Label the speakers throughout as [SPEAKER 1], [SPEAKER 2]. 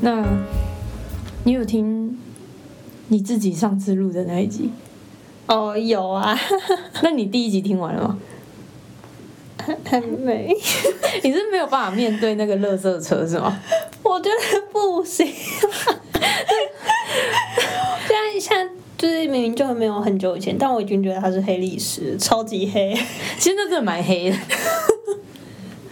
[SPEAKER 1] 那你有听你自己上次录的那一集？
[SPEAKER 2] 哦，有啊，
[SPEAKER 1] 那你第一集听完了吗？
[SPEAKER 2] 还没，
[SPEAKER 1] 你是没有办法面对那个垃圾车是吗？
[SPEAKER 2] 我觉得不行。现在现在就是明明就没有很久以前，但我已经觉得它是黑历史，超级黑。
[SPEAKER 1] 其实那真的蛮黑的。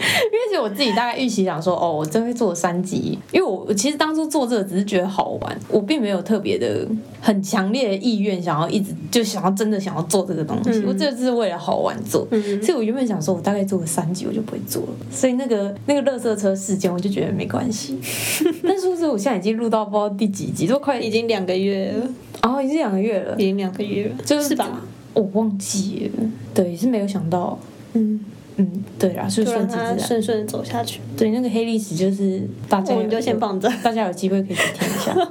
[SPEAKER 1] 因为其实我自己大概预期想说，哦，我真会做三集，因为我我其实当初做这个只是觉得好玩，我并没有特别的很强烈的意愿想要一直就想要真的想要做这个东西，
[SPEAKER 2] 嗯
[SPEAKER 1] 我这是为了好玩做，
[SPEAKER 2] 嗯
[SPEAKER 1] 所以我原本想说我大概做个三集我就不会做了，所以那个那个垃圾车事件我就觉得没关 系，但是不是我现在已经录到不知道第几集，都快
[SPEAKER 2] 已经两个月了，
[SPEAKER 1] 哦已经两个月了
[SPEAKER 2] 已，经两个月了，
[SPEAKER 1] 就是
[SPEAKER 2] 是吧？
[SPEAKER 1] 我忘记了，对，是没有想到，
[SPEAKER 2] 嗯，
[SPEAKER 1] 嗯，对啦，是
[SPEAKER 2] 就
[SPEAKER 1] 顺
[SPEAKER 2] 让
[SPEAKER 1] 其自
[SPEAKER 2] 它
[SPEAKER 1] 然。
[SPEAKER 2] 顺顺的走下去。
[SPEAKER 1] 对，那个黑历史就是大家
[SPEAKER 2] 我
[SPEAKER 1] 有
[SPEAKER 2] 哦们就先放着，
[SPEAKER 1] 大家有机会可以去听一下。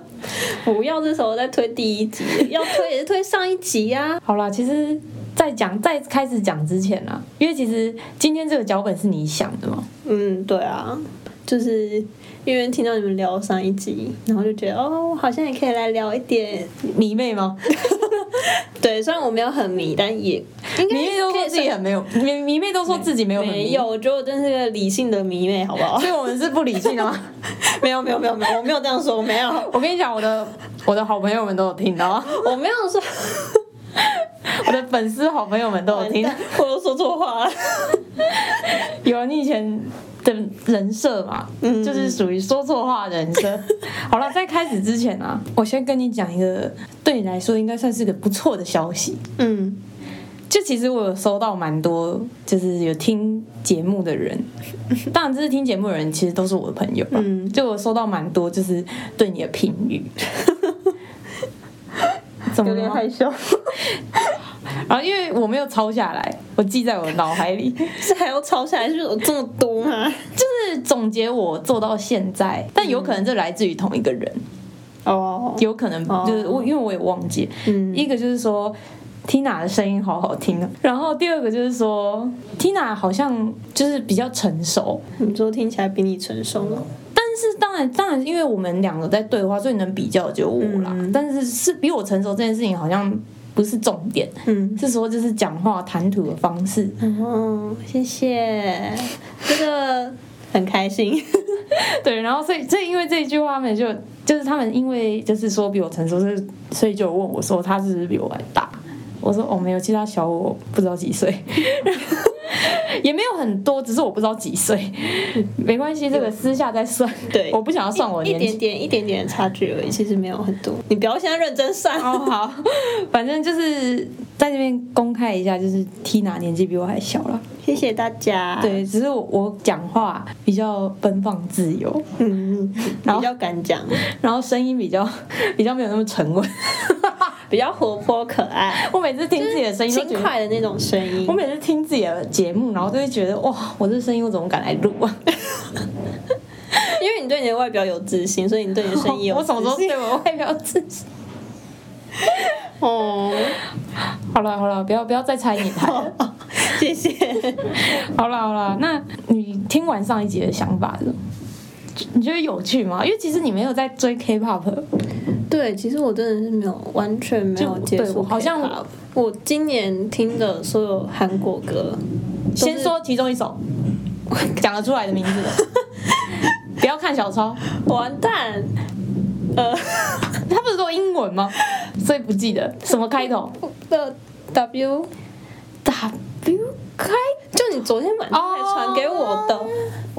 [SPEAKER 2] 不要这时候再推第一集，要推也是推上一集啊。
[SPEAKER 1] 好啦，其实，在讲在开始讲之前啊，因为其实今天这个脚本是你想的嘛，
[SPEAKER 2] 嗯，对啊，就是因为听到你们聊上一集，然后就觉得哦，好像也可以来聊一点。
[SPEAKER 1] 迷妹吗？
[SPEAKER 2] 对，虽然我没有很迷，但也应
[SPEAKER 1] 迷
[SPEAKER 2] 该
[SPEAKER 1] 妹都
[SPEAKER 2] 可
[SPEAKER 1] 说
[SPEAKER 2] 以
[SPEAKER 1] 自己很没有，迷迷妹都说自己没有很迷
[SPEAKER 2] 没有，，我觉得我真是个理性的迷妹，好不好
[SPEAKER 1] 所？以我们是不理性的吗？
[SPEAKER 2] 没有，没有，没有，没有，我没有这样说，我没有，
[SPEAKER 1] 我跟你讲，我的我的好朋友们都有听到啊，
[SPEAKER 2] 我没有说。
[SPEAKER 1] 我的粉丝好朋友们都有听到。
[SPEAKER 2] 我都说错话了。
[SPEAKER 1] 有啊你以前的人设嘛，
[SPEAKER 2] 嗯
[SPEAKER 1] 就是属于说错话的人 设。好了，在开始之前啊，我先跟你讲一个对你来说应该算是个不错的消息。
[SPEAKER 2] 嗯，
[SPEAKER 1] 就其实我有收到蛮多，就是有听节目的 人，当然这是听节目的人，其实都是我的朋友啦。
[SPEAKER 2] 嗯
[SPEAKER 1] 就我收到蛮多，就是对你的评 语。怎么
[SPEAKER 2] 有
[SPEAKER 1] 了
[SPEAKER 2] 点
[SPEAKER 1] 吗？
[SPEAKER 2] 害 羞，
[SPEAKER 1] 然后因为我没有抄下来，我记在我的脑海里。
[SPEAKER 2] 这还要抄下来，就是有这么多吗？
[SPEAKER 1] 就是总结我做到现在，但有可能这来自于同一个人，
[SPEAKER 2] 哦，
[SPEAKER 1] 有可能
[SPEAKER 2] 哦
[SPEAKER 1] 就是我，因为我也忘记。
[SPEAKER 2] 嗯
[SPEAKER 1] 一个就是说，Tina 的声音好好听啊，然后第二个就是说，Tina 好像就是比较成熟，
[SPEAKER 2] 你说听起来比你成熟了。
[SPEAKER 1] 但是当然当然，因为我们两个在对话，所以能比较就我啦。
[SPEAKER 2] 嗯
[SPEAKER 1] 但是是比我成熟这件事情好像不是重点，
[SPEAKER 2] 嗯，
[SPEAKER 1] 是说就是讲话谈吐的方式。
[SPEAKER 2] 哦，谢谢，这个很开心。
[SPEAKER 1] 对，然后所以所以因为这一句话，他们就就是他们因为就是说比我成熟，所以所以就有问我说他是不是比我还大？我说哦没有，其实他小我不知道几岁， 也没有很多，只是我不知道几岁，没关系，这个私下再算。
[SPEAKER 2] 对
[SPEAKER 1] 我不想要算我的
[SPEAKER 2] 一
[SPEAKER 1] 年纪
[SPEAKER 2] 点。点、一点点的差距而已，其实没有很多。你不要现在认真算。
[SPEAKER 1] 哦，好， 反正就是在这边公开一下，就是 Tina 年纪比我还小了，
[SPEAKER 2] 谢谢大家。，
[SPEAKER 1] 对，只是我我讲话比较奔放自由，
[SPEAKER 2] 嗯，
[SPEAKER 1] 好
[SPEAKER 2] 比较敢讲，
[SPEAKER 1] 然后声音比较比较没有那么沉稳。
[SPEAKER 2] 比较活泼可爱，
[SPEAKER 1] 我每次听自己的声音都
[SPEAKER 2] 嗯轻
[SPEAKER 1] 觉得，
[SPEAKER 2] 快的那种声音
[SPEAKER 1] 我。每次听自己的节目，然后都会觉得哇，我这声音我怎么敢来录啊？
[SPEAKER 2] 因为你对你的外表有自信，所以你对你的 声音有
[SPEAKER 1] 我什么时候
[SPEAKER 2] 自信
[SPEAKER 1] 对我外表自信？
[SPEAKER 2] 哦，
[SPEAKER 1] 好了好了，不要不要再猜你台了。
[SPEAKER 2] 谢谢。
[SPEAKER 1] 好了好了，那你听完上一集的想法是什么？你觉得有趣吗？因为其实你没有在追 K-pop，
[SPEAKER 2] 对，其实我真的是没有完全没有
[SPEAKER 1] 就
[SPEAKER 2] 接
[SPEAKER 1] 对我
[SPEAKER 2] 触 K-pop，
[SPEAKER 1] 好像
[SPEAKER 2] 我今年听的所有韩国歌，
[SPEAKER 1] 先说其中一首，讲得出来的名字 的。不要看小抄，
[SPEAKER 2] 完蛋，呃
[SPEAKER 1] 它不是都英文吗？所以不记得什么开头
[SPEAKER 2] 的 W，
[SPEAKER 1] W 开
[SPEAKER 2] 就你昨天晚上才传给我的
[SPEAKER 1] 哦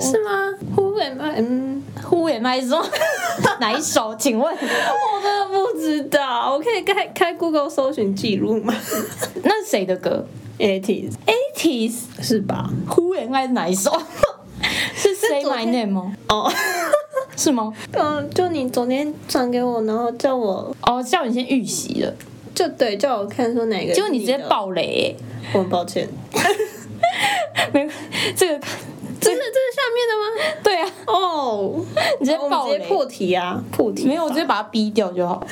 [SPEAKER 2] 是吗？Who am I？嗯，
[SPEAKER 1] Who am I 说哪一首？ 请问
[SPEAKER 2] 我真的不知道，我可以开开 Google 搜寻记录 吗
[SPEAKER 1] 那是谁的歌
[SPEAKER 2] ？Eighties
[SPEAKER 1] ？Eighties
[SPEAKER 2] 是吧？
[SPEAKER 1] Who am I 是哪一首？ 是 Say
[SPEAKER 2] 昨
[SPEAKER 1] My
[SPEAKER 2] 天
[SPEAKER 1] Name 吗？
[SPEAKER 2] 哦，
[SPEAKER 1] 是吗？
[SPEAKER 2] 嗯，就你昨天传给我，然后叫我
[SPEAKER 1] 哦，叫你先预习了，
[SPEAKER 2] 就对，叫我看说哪个，
[SPEAKER 1] 结果你直接
[SPEAKER 2] 的，
[SPEAKER 1] 爆雷、
[SPEAKER 2] 我很抱歉，
[SPEAKER 1] 欸，没这个
[SPEAKER 2] 这是这是下面的吗？
[SPEAKER 1] 对啊，
[SPEAKER 2] 哦，
[SPEAKER 1] 你直接
[SPEAKER 2] 我们
[SPEAKER 1] 爆
[SPEAKER 2] 直接
[SPEAKER 1] 雷，
[SPEAKER 2] 破题啊，破题，
[SPEAKER 1] 没有，我直接把它逼掉就好。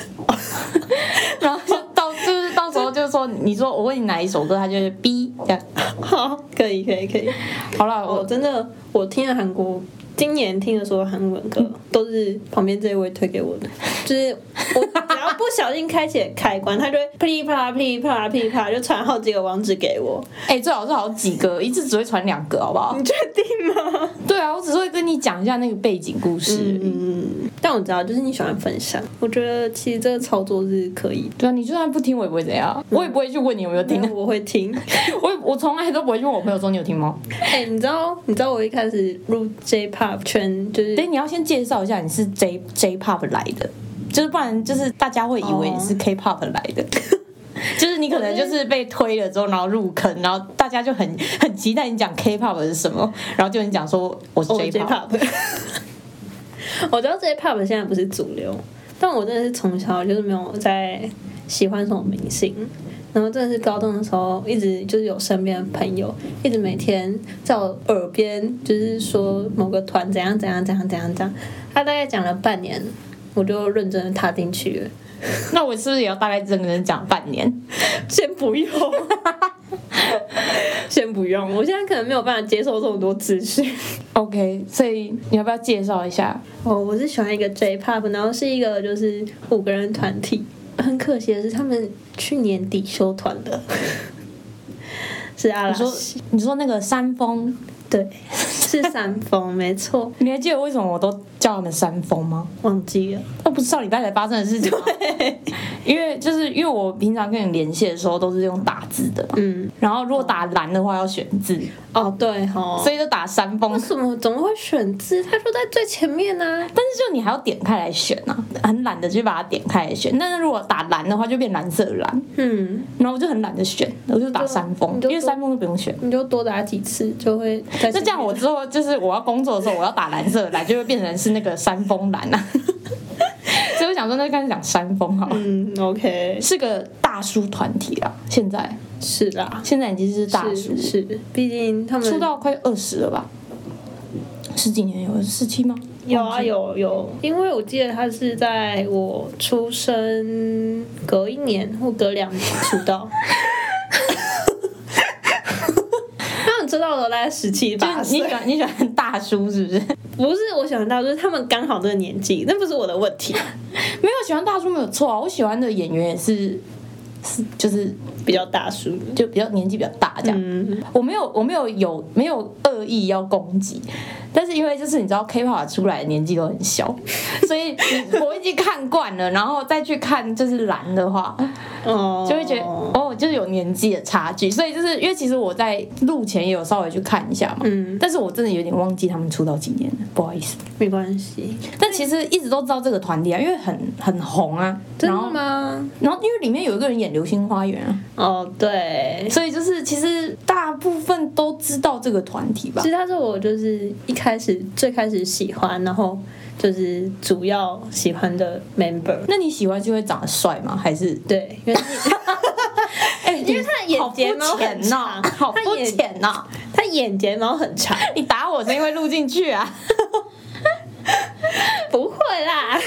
[SPEAKER 1] 然 后就到就是到时候就是说，你说我问你哪一首歌，他就是逼这样。
[SPEAKER 2] 好，可以可以可以，
[SPEAKER 1] 好了，
[SPEAKER 2] 我
[SPEAKER 1] 我
[SPEAKER 2] 真的我听了韩国今年听的所有韩文歌都是旁边这一位推给我的，就是我只要不小心开启开关，他就会噼里啪啦噼里啪啦噼里啪啦就传好几个网址给我。
[SPEAKER 1] 哎、最好是好几个，一次只会传两个，好不好
[SPEAKER 2] 你？确定吗？
[SPEAKER 1] 对啊，我只是会跟你讲一下那个背景故事。
[SPEAKER 2] 嗯，但我知道，就是你喜欢分享，我觉得其实这个操作是可以的。
[SPEAKER 1] 对啊，你就算不听我也不会怎样，我也不会去问你有没有听
[SPEAKER 2] 因。为我会听，
[SPEAKER 1] 我也我从来都不会去问我朋友说你有听吗？
[SPEAKER 2] 哎、你知道，你知道我一开始入 J-pop 圈就是
[SPEAKER 1] 所以你要先介绍一下你是 J J pop 来的，就是不然就是大家会以为你是 K pop 来的。 就是你可能就是被推了之后，然后入坑，然后大家就很很期待你讲 K-pop 是什么，然后就你讲说我是
[SPEAKER 2] 哦
[SPEAKER 1] J-pop，
[SPEAKER 2] 我知道 J-pop 现在不是主流，但我真的是从小就是没有在喜欢什么明星。然后真的是高中的时候，一直就是有身边的朋友，一直每天在我耳边就是说某个团怎样怎样怎样怎样怎样，他大概讲了半年，我就认真的踏进去了。
[SPEAKER 1] 那我是不是也要大概认真讲半年？
[SPEAKER 2] 先不用， 先不用，我现在可能没有办法接受这么多资讯。
[SPEAKER 1] OK，所以你要不要介绍一下？
[SPEAKER 2] 哦，我是喜欢一个 J-pop，然后是一个就是五个人团体。很可惜的是，他们去年底休团的， 是阿拉
[SPEAKER 1] 你说
[SPEAKER 2] 西，
[SPEAKER 1] 你说那个山峰，
[SPEAKER 2] 对，是山峰，没错，
[SPEAKER 1] 你还记得为什么我都叫他们山峰吗？
[SPEAKER 2] 忘记了。
[SPEAKER 1] 那不是上礼拜才发生的事情吗？因为就是因为我平常跟你联系的时候都是用打字的嘛，
[SPEAKER 2] 嗯，
[SPEAKER 1] 然后如果打蓝的话要选字，
[SPEAKER 2] 哦，对哈，
[SPEAKER 1] 所以就打山峰
[SPEAKER 2] 为。什么怎么会选字？他就在最前面啊呢、
[SPEAKER 1] 但是就你还要点开来选啊，很懒的就把它点开来选。但是如果打蓝的话，就变蓝色蓝，
[SPEAKER 2] 嗯，
[SPEAKER 1] 然后我就很懒得选，我就打山峰
[SPEAKER 2] 你，就
[SPEAKER 1] 因为山嗯峰都不用选。
[SPEAKER 2] 你就多打几次就会在前面。
[SPEAKER 1] 那这样我之后就是我要工作的时候，我要打蓝色蓝，就会变成是那个山峰蓝 啊。所以我想说，那干脆讲山峰好了，
[SPEAKER 2] 嗯，OK，
[SPEAKER 1] 是个大叔团体啊。现在
[SPEAKER 2] 是啦，
[SPEAKER 1] 现在已经是大叔
[SPEAKER 2] 是，是，毕竟他们
[SPEAKER 1] 出道快二十了吧？十几年有十七吗？
[SPEAKER 2] 有啊有有，因为我记得他是在我出生隔一年或隔两年出 道。他们出道的时候大概十七
[SPEAKER 1] 就
[SPEAKER 2] 八
[SPEAKER 1] 是你
[SPEAKER 2] 岁
[SPEAKER 1] 喜，欢你喜欢大叔是不 是？
[SPEAKER 2] 不是我想到，就是他们刚好这个年纪，那不是我的问题，
[SPEAKER 1] 没有喜欢大叔没有错啊，我喜欢的演员也是是就是
[SPEAKER 2] 比较大叔。
[SPEAKER 1] 就比较年纪比较大这样。
[SPEAKER 2] 嗯，
[SPEAKER 1] 我没有我没有有没有恶意要攻击，但是因为就是你知道 K-pop 出来的年纪都很小，所以你 我已经看惯了，然后再去看就是蓝的话，
[SPEAKER 2] 哦，
[SPEAKER 1] 就会觉得哦就是有年纪的差距，所以就是因为其实我在录前也有稍微去看一下嘛。
[SPEAKER 2] 嗯，
[SPEAKER 1] 但是我真的有点忘记他们出道几年了，不好意思。
[SPEAKER 2] 没关系。
[SPEAKER 1] 但其实一直都知道这个团体啊，因为很很红啊。
[SPEAKER 2] 真
[SPEAKER 1] 然
[SPEAKER 2] 的
[SPEAKER 1] 后
[SPEAKER 2] 吗？
[SPEAKER 1] 然后因为里面有一个人演《流星花园》啊，
[SPEAKER 2] 哦，对，
[SPEAKER 1] 所以就是其实大部分都知道这个团体吧
[SPEAKER 2] 其。实他是我就是一开始最开始喜欢，然后就是主要喜欢的 member。
[SPEAKER 1] 那你喜欢是因为长得帅吗？还是
[SPEAKER 2] 对，因为
[SPEAKER 1] 哎、因为
[SPEAKER 2] 他的眼睫毛很长
[SPEAKER 1] 哦好
[SPEAKER 2] 他
[SPEAKER 1] 肤
[SPEAKER 2] 眼
[SPEAKER 1] 浅呐！
[SPEAKER 2] 他眼睫毛 很长，
[SPEAKER 1] 你打我是因为录进去啊，
[SPEAKER 2] 不会啦，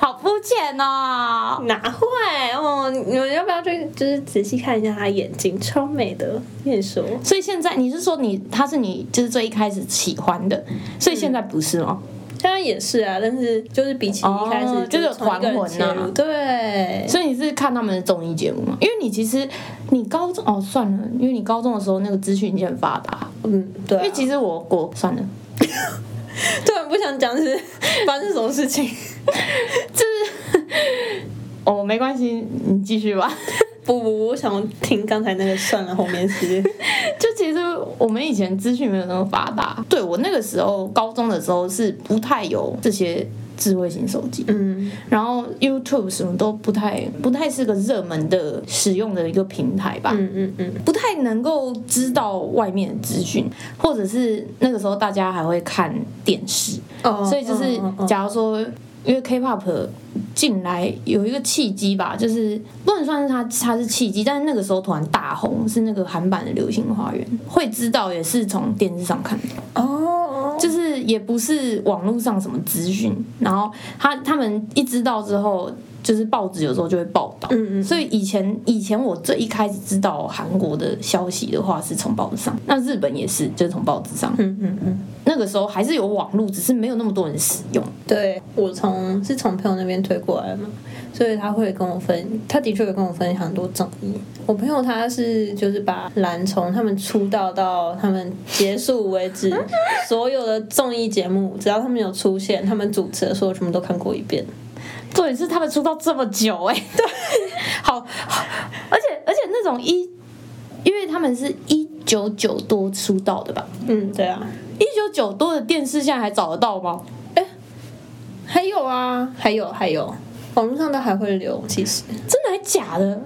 [SPEAKER 1] 好肤浅哦。
[SPEAKER 2] 哪会哦？你们要不要去就是仔细看一下他眼睛，超美的。跟你说，
[SPEAKER 1] 所以现在你是说你他是你就是最一开始喜欢的，所以现在不是吗？
[SPEAKER 2] 当然也是啊，但是就是比起一开
[SPEAKER 1] 哦
[SPEAKER 2] 始
[SPEAKER 1] 就是有
[SPEAKER 2] 从一个
[SPEAKER 1] 团
[SPEAKER 2] 人
[SPEAKER 1] 魂啊
[SPEAKER 2] 切入，对，
[SPEAKER 1] 所以你是看他们的综艺节目吗？因为你其实你高中哦算了，因为你高中的时候那个资讯已经很发达，
[SPEAKER 2] 嗯，对啊、
[SPEAKER 1] 因为其实我我算了。
[SPEAKER 2] 突然不想讲是发生什么事 情，
[SPEAKER 1] 哦，没关系，你继续吧。
[SPEAKER 2] 不不，我想听刚才那个算了，后面是
[SPEAKER 1] 就其实我们以前资讯没有那么发达，对我那个时候高中的时候是不太有这些智慧型手机，
[SPEAKER 2] 嗯
[SPEAKER 1] 然后 YouTube 什么都不太不太是个热门的使用的一个平台吧。
[SPEAKER 2] 嗯嗯嗯，
[SPEAKER 1] 不太能够知道外面的资讯，或者是那个时候大家还会看电视，
[SPEAKER 2] 哦，
[SPEAKER 1] 所以就是
[SPEAKER 2] 嗯嗯嗯
[SPEAKER 1] 假如说，因为 K-pop 进来有一个契机吧，就是不能算是它它是契机，但是那个时候突然大红是那个韩版的《流星花园》，会知道也是从电视上看的，
[SPEAKER 2] 哦，哦
[SPEAKER 1] 就是也不是网络上什么资讯，然后他他们一知道之后。就是报纸有时候就会报道，
[SPEAKER 2] 嗯嗯
[SPEAKER 1] 所以以前以前我最一开始知道韩国的消息的话是从报纸上，那日本也是，就是从报纸上。
[SPEAKER 2] 嗯嗯嗯，
[SPEAKER 1] 那个时候还是有网络，只是没有那么多人使用。
[SPEAKER 2] 对我从是从朋友那边推过来的嘛，所以他会跟我分，他的确有跟我分享很多综艺。我朋友他是就是把蓝从他们出道到他们结束为 止，所有的综艺节目只要他们有出现，他们主持的所有全部都看过一遍。
[SPEAKER 1] 重点是他们出道这么久、哎， 对，好，好而且而且那种一，因为他们是一九九多出道的吧？
[SPEAKER 2] 嗯，对啊，
[SPEAKER 1] 一九九多的电视现在还找得到吗？
[SPEAKER 2] 还有啊，还有还有，网络上都还会留，其实
[SPEAKER 1] 真的还假的？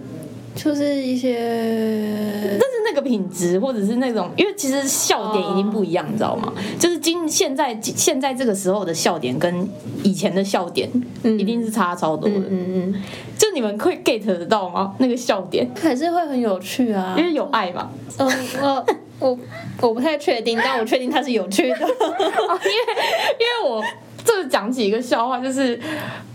[SPEAKER 2] 就是一些
[SPEAKER 1] 但是那个品质，或者是那种，因为其实笑点已经不一样，你知道吗？就是今现在现在这个时候的笑点跟以前的笑点，一定是差超多的。
[SPEAKER 2] 嗯嗯，
[SPEAKER 1] 就你们会 get 得到吗？那个笑点，
[SPEAKER 2] 还是会很有趣啊
[SPEAKER 1] 因。为有爱嘛。
[SPEAKER 2] 嗯，我我我不太确定，但我确定它是有趣的。
[SPEAKER 1] 哦，因为因为我这讲起一个笑话，就是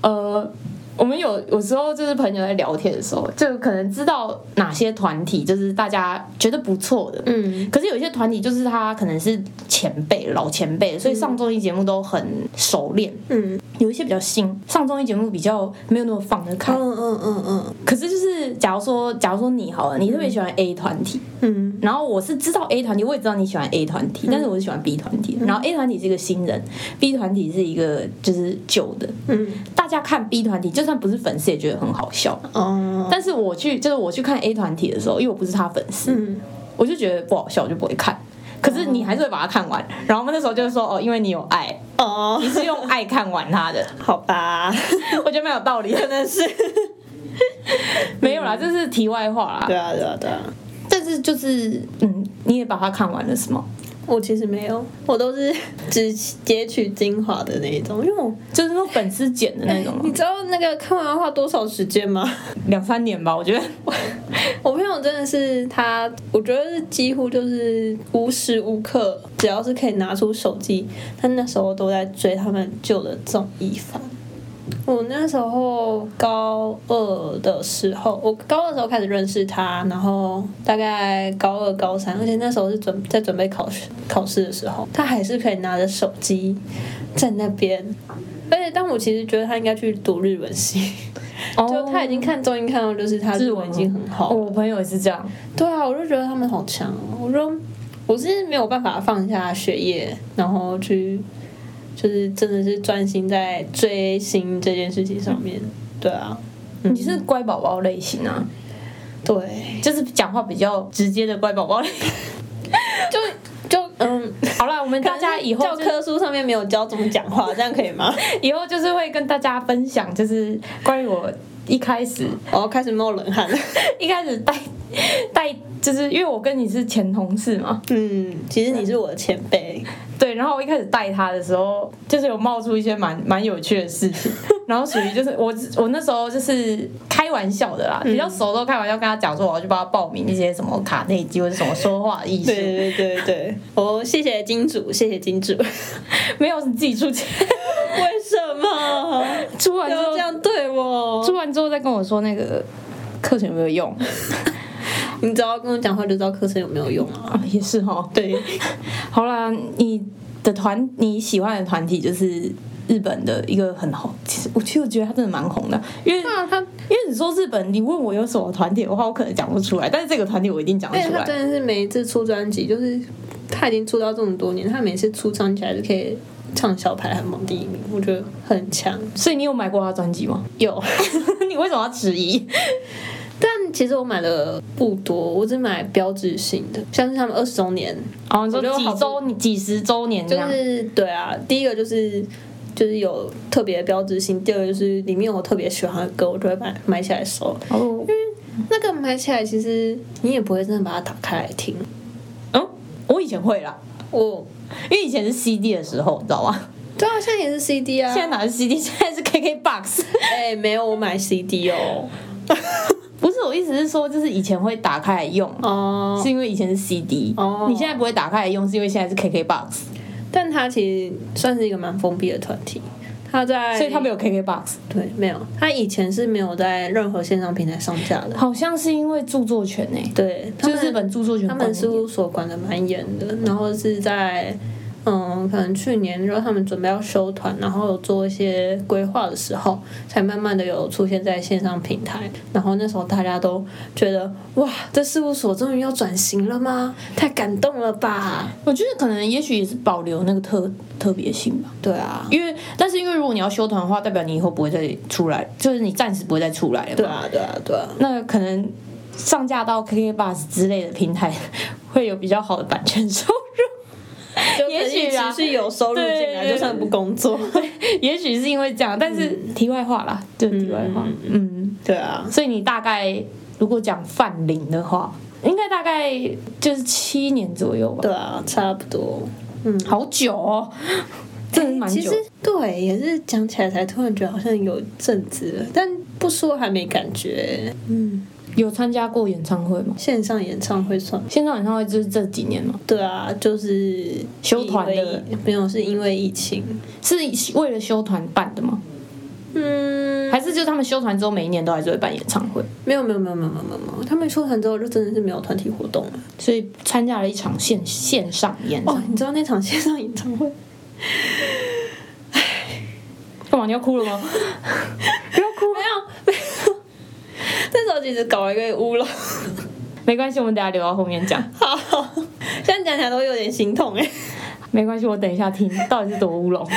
[SPEAKER 1] 呃，我们有有时候就是朋友在聊天的时候，就可能知道哪些团体就是大家觉得不错的，
[SPEAKER 2] 嗯
[SPEAKER 1] 可是有一些团体就是他可能是前辈老前辈，所以上综艺节目都很熟练。
[SPEAKER 2] 嗯
[SPEAKER 1] 有一些比较新，上综艺节目比较没有那么放得开。
[SPEAKER 2] 嗯嗯嗯
[SPEAKER 1] 可是就是，假如说，假如说你好了，你特别喜欢 A 团体，
[SPEAKER 2] 嗯
[SPEAKER 1] 然后我是知道 A 团体，我也知道你喜欢 A 团体，但是我是喜欢 B 团体的。
[SPEAKER 2] 嗯
[SPEAKER 1] 然后 A 团体是一个新人，B 团体是一个就是旧的。
[SPEAKER 2] 嗯
[SPEAKER 1] 大家看 B 团体，就算不是粉丝也觉得很好笑。
[SPEAKER 2] 嗯哦
[SPEAKER 1] 但是我去就是我去看 A 团体的时候，因为我不是他粉丝，
[SPEAKER 2] 嗯
[SPEAKER 1] 我就觉得不好笑，我就不会看。可是你还是会把它看完。然后我们那时候就是说，哦，因为你有爱，
[SPEAKER 2] 哦，
[SPEAKER 1] 你是用爱看完它 的。
[SPEAKER 2] 好吧，
[SPEAKER 1] 我觉得蛮有道理的，
[SPEAKER 2] 真的是。
[SPEAKER 1] 没有啦，这是题外话啦。
[SPEAKER 2] 对啊对啊对啊，
[SPEAKER 1] 但是就是，嗯，你也把它看完了是吗？
[SPEAKER 2] 我其实没有，我都是只截取精华的那一种，因为我
[SPEAKER 1] 就是说粉丝剪的那种吗
[SPEAKER 2] 你知道那个看完要花多少时间吗？
[SPEAKER 1] 两三年吧，我觉得。
[SPEAKER 2] 我朋友真的是他，我觉得是几乎就是无时无刻，只要是可以拿出手机，他那时候都在追他们旧的综艺番。我那时候高二的时候，我高二的时候开始认识他，然后大概高二、高三，而且那时候是准在准备考试考试的时候，他还是可以拿着手机在那边。而且，但我其实觉得他应该去读日文系， 就他已经看综艺看到，就是他日文已经很好了
[SPEAKER 1] 哦，我朋友也是这样，
[SPEAKER 2] 对啊，我就觉得他们好强哦！我说我是没有办法放下学业，然后去就是真的是专心在追星这件事情上面。对啊，嗯
[SPEAKER 1] 你是乖宝宝类型啊，
[SPEAKER 2] 对，
[SPEAKER 1] 就是讲话比较直接的乖宝宝类型。
[SPEAKER 2] 就就 嗯，
[SPEAKER 1] 好啦，我们大家以后
[SPEAKER 2] 教
[SPEAKER 1] 就
[SPEAKER 2] 科书上面没有教怎么讲话，这样可以 吗？
[SPEAKER 1] 以后就是会跟大家分享，就是关于我一开始
[SPEAKER 2] 我哦要开始冒冷汗了。
[SPEAKER 1] 一开始带带，就是因为我跟你是前同事嘛，
[SPEAKER 2] 嗯，其实你是我的前辈，
[SPEAKER 1] 对，然后我一开始带他的时候，就是有冒出一些蛮蛮有趣的事情， 然后属于就是我我那时候就是开玩笑的啦，比较熟都开玩笑跟他讲说我要去帮他报名一些什么卡内基或者什么说话艺术，
[SPEAKER 2] 对对对对，哦，谢谢金主，谢谢 金主，
[SPEAKER 1] 没有是自己出 钱，
[SPEAKER 2] 为什么
[SPEAKER 1] 出完之
[SPEAKER 2] 要
[SPEAKER 1] 后
[SPEAKER 2] 这样对我？
[SPEAKER 1] 出完之后再跟我说那个课程有没有用
[SPEAKER 2] 你只要跟我讲话就知道课程有没有用啊。
[SPEAKER 1] 啊， 也是哈。
[SPEAKER 2] 对，
[SPEAKER 1] 好啦，你的团你喜欢的团体就是日本的一个很红，其实我其实我觉得他真的蛮红的，因为
[SPEAKER 2] 那啊他，
[SPEAKER 1] 因为你说日本，你问我有什么团体的话，我可能讲不出来，但是这个团体我一定讲得
[SPEAKER 2] 而且
[SPEAKER 1] 出
[SPEAKER 2] 他
[SPEAKER 1] 来。
[SPEAKER 2] 真的是每一次出专辑，就是他已经出道这么多年，他每次出专辑还是可以畅销排行榜第一名，我觉得很强。
[SPEAKER 1] 所以你有买过他专辑吗？
[SPEAKER 2] 有，
[SPEAKER 1] 你为什么要质疑？
[SPEAKER 2] 但其实我买的不多，我只买标志性的，像是他们二十周年，
[SPEAKER 1] 哦，你说
[SPEAKER 2] 我觉得好
[SPEAKER 1] 几周、几十周年这
[SPEAKER 2] 就
[SPEAKER 1] 样，
[SPEAKER 2] 是对啊，第一个就是。就是有特别标志性，第二个就是里面有我特别喜欢的歌，我就会买买起来收。
[SPEAKER 1] 哦，
[SPEAKER 2] 那个买起来，其实你也不会真的把它打开来听。
[SPEAKER 1] 嗯，我以前会啦，
[SPEAKER 2] 我，
[SPEAKER 1] 因为以前是 CD 的时候，你知道吗？
[SPEAKER 2] 对啊，现在也是 CD 啊。
[SPEAKER 1] 现在哪是 CD，现在是 KKBox。
[SPEAKER 2] 哎、没有，我买 CD 哦。
[SPEAKER 1] 不是我意思是说，就是以前会打开来用，
[SPEAKER 2] 哦，
[SPEAKER 1] 是因为以前是 CD，、
[SPEAKER 2] 哦
[SPEAKER 1] 你现在不会打开来用，是因为现在是 KKBox。
[SPEAKER 2] 但他其实算是一个蛮封闭的团体，他在，
[SPEAKER 1] 所以他没有 KKBOX。
[SPEAKER 2] 对没有，他以前是没有在任何线上平台上架的。
[SPEAKER 1] 好像是因为著作权诶、
[SPEAKER 2] 对，他
[SPEAKER 1] 就
[SPEAKER 2] 们
[SPEAKER 1] 是日本著作权
[SPEAKER 2] 他
[SPEAKER 1] 管
[SPEAKER 2] 们
[SPEAKER 1] 理
[SPEAKER 2] 事务所管的蛮严的，然后是在嗯，可能去年就是他们准备要休团，然后有做一些规划的时候，才慢慢的有出现在线上平台。然后那时候大家都觉得哇，这事务所终于要转型了吗？太感动了吧？
[SPEAKER 1] 我觉得可能也许也是保留那个特特别性吧，
[SPEAKER 2] 对啊，
[SPEAKER 1] 因为但是因为如果你要修团的话，代表你以后不会再出来，就是你暂时不会再出来了嘛。
[SPEAKER 2] 对啊，对啊，对啊。
[SPEAKER 1] 那可能上架到 KK Bus 之类的平台，会有比较好的版权收入。
[SPEAKER 2] 就
[SPEAKER 1] 也许啊
[SPEAKER 2] 可能一直是有收入进来，
[SPEAKER 1] 对
[SPEAKER 2] 就算不工作。
[SPEAKER 1] 也许是因为这样，但是题外话啦，就题外话，嗯。
[SPEAKER 2] 对啊，
[SPEAKER 1] 所以你大概如果讲范龄的话，应该大概就是七年左右吧，
[SPEAKER 2] 对啊，差不多。
[SPEAKER 1] 好久哦，真的是蛮
[SPEAKER 2] 其
[SPEAKER 1] 久
[SPEAKER 2] 实。对，也是讲起来才突然觉得好像有阵子了，但不说还没感觉。
[SPEAKER 1] 有参加过演唱会吗？
[SPEAKER 2] 线上演唱会算吗
[SPEAKER 1] 线上演唱会就是这几年嘛，
[SPEAKER 2] 对啊，就是
[SPEAKER 1] 休团的
[SPEAKER 2] 因为没有，是因为疫情。
[SPEAKER 1] 是为了修团办的吗？
[SPEAKER 2] 嗯，
[SPEAKER 1] 还是就是他们修团之后每一年都还是会办演唱会，
[SPEAKER 2] 没有没有没有没有没有没有没有，他们休团之后就真的是没有团体活动了。
[SPEAKER 1] 所以参加了一场线线上演唱
[SPEAKER 2] 哦
[SPEAKER 1] 会。，
[SPEAKER 2] 你知道那场线上演唱会，没
[SPEAKER 1] 干嘛你要哭了 吗？不要哭，
[SPEAKER 2] 有没有，那时候其实搞了一个乌龙。
[SPEAKER 1] 没关系，我们等一下留到后面讲。
[SPEAKER 2] 好，现在讲起来都有点心痛哎。
[SPEAKER 1] 没关系，我等一下听到底是多乌龙。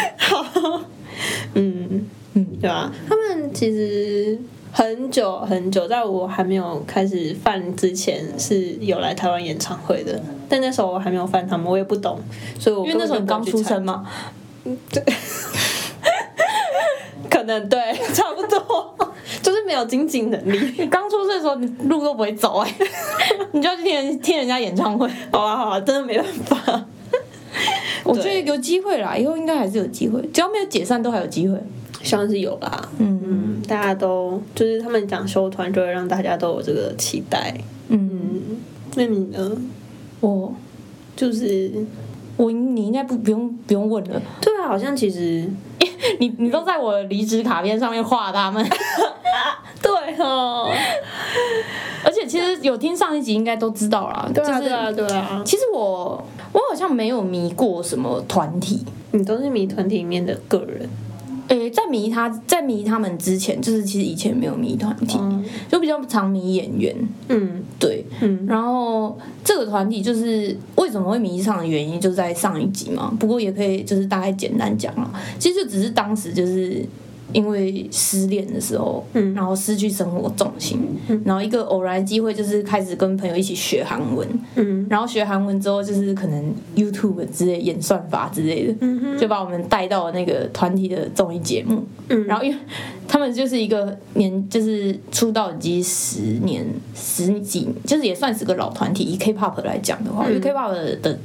[SPEAKER 2] 嗯，
[SPEAKER 1] 嗯
[SPEAKER 2] 对啊，他们其实很久很久，在我还没有开始犯之前是有来台湾演唱会的，但那时候我还没有犯他们，我也不懂，所以我
[SPEAKER 1] 因为那时候你
[SPEAKER 2] 根
[SPEAKER 1] 刚
[SPEAKER 2] 本就
[SPEAKER 1] 出
[SPEAKER 2] 不会去
[SPEAKER 1] 生嘛，
[SPEAKER 2] 参，可能对，差不多， 就是没有经济能力。
[SPEAKER 1] 你刚出生的时候你路都不会走哎、 你就要去听人听人家演唱会。
[SPEAKER 2] 好啊，好啊，真的没办法。
[SPEAKER 1] 我觉得有机会啦，以后应该还是有机会，只要没有解散都还有机会。
[SPEAKER 2] 希望是有吧，
[SPEAKER 1] 嗯
[SPEAKER 2] 嗯，大家都就是他们讲修团，就会让大家都有这个期待。
[SPEAKER 1] 嗯，
[SPEAKER 2] 嗯，那你呢？
[SPEAKER 1] 我
[SPEAKER 2] 就是
[SPEAKER 1] 我你应该不不用不用问了，
[SPEAKER 2] 对啊，好像其实
[SPEAKER 1] 你你都在我的离职卡片上面画他们，
[SPEAKER 2] 对哦，
[SPEAKER 1] 而且其实有听上一集应该都知道啦，
[SPEAKER 2] 对啊，
[SPEAKER 1] 就
[SPEAKER 2] 对
[SPEAKER 1] 是
[SPEAKER 2] 啊，对啊，
[SPEAKER 1] 其实我我好像没有迷过什么团体，
[SPEAKER 2] 你都是迷团体里面的个人，
[SPEAKER 1] 诶、在迷他在迷他们之前，就是其实以前没有迷团体，
[SPEAKER 2] 嗯
[SPEAKER 1] 就比较常迷演员，
[SPEAKER 2] 嗯
[SPEAKER 1] 对，
[SPEAKER 2] 嗯
[SPEAKER 1] 然后这个团体就是为什么会迷上的原因，就在上一集嘛。不过也可以就是大概简单讲了，其实就只是当时就是因为失恋的时候，
[SPEAKER 2] 嗯
[SPEAKER 1] 然后失去生活重心，然后一个偶然的机会就是开始跟朋友一起学韩文，
[SPEAKER 2] 嗯
[SPEAKER 1] 然后学韩文之后就是可能 YouTube 之类演算法之类的，
[SPEAKER 2] 嗯哼
[SPEAKER 1] 就把我们带到了那个团体的综艺节目。
[SPEAKER 2] 嗯
[SPEAKER 1] 然后因为他们就是一个年，就是出道已经十年十几，就是也算是个老团体。以 K-pop 来讲的话，因为 K-pop 的的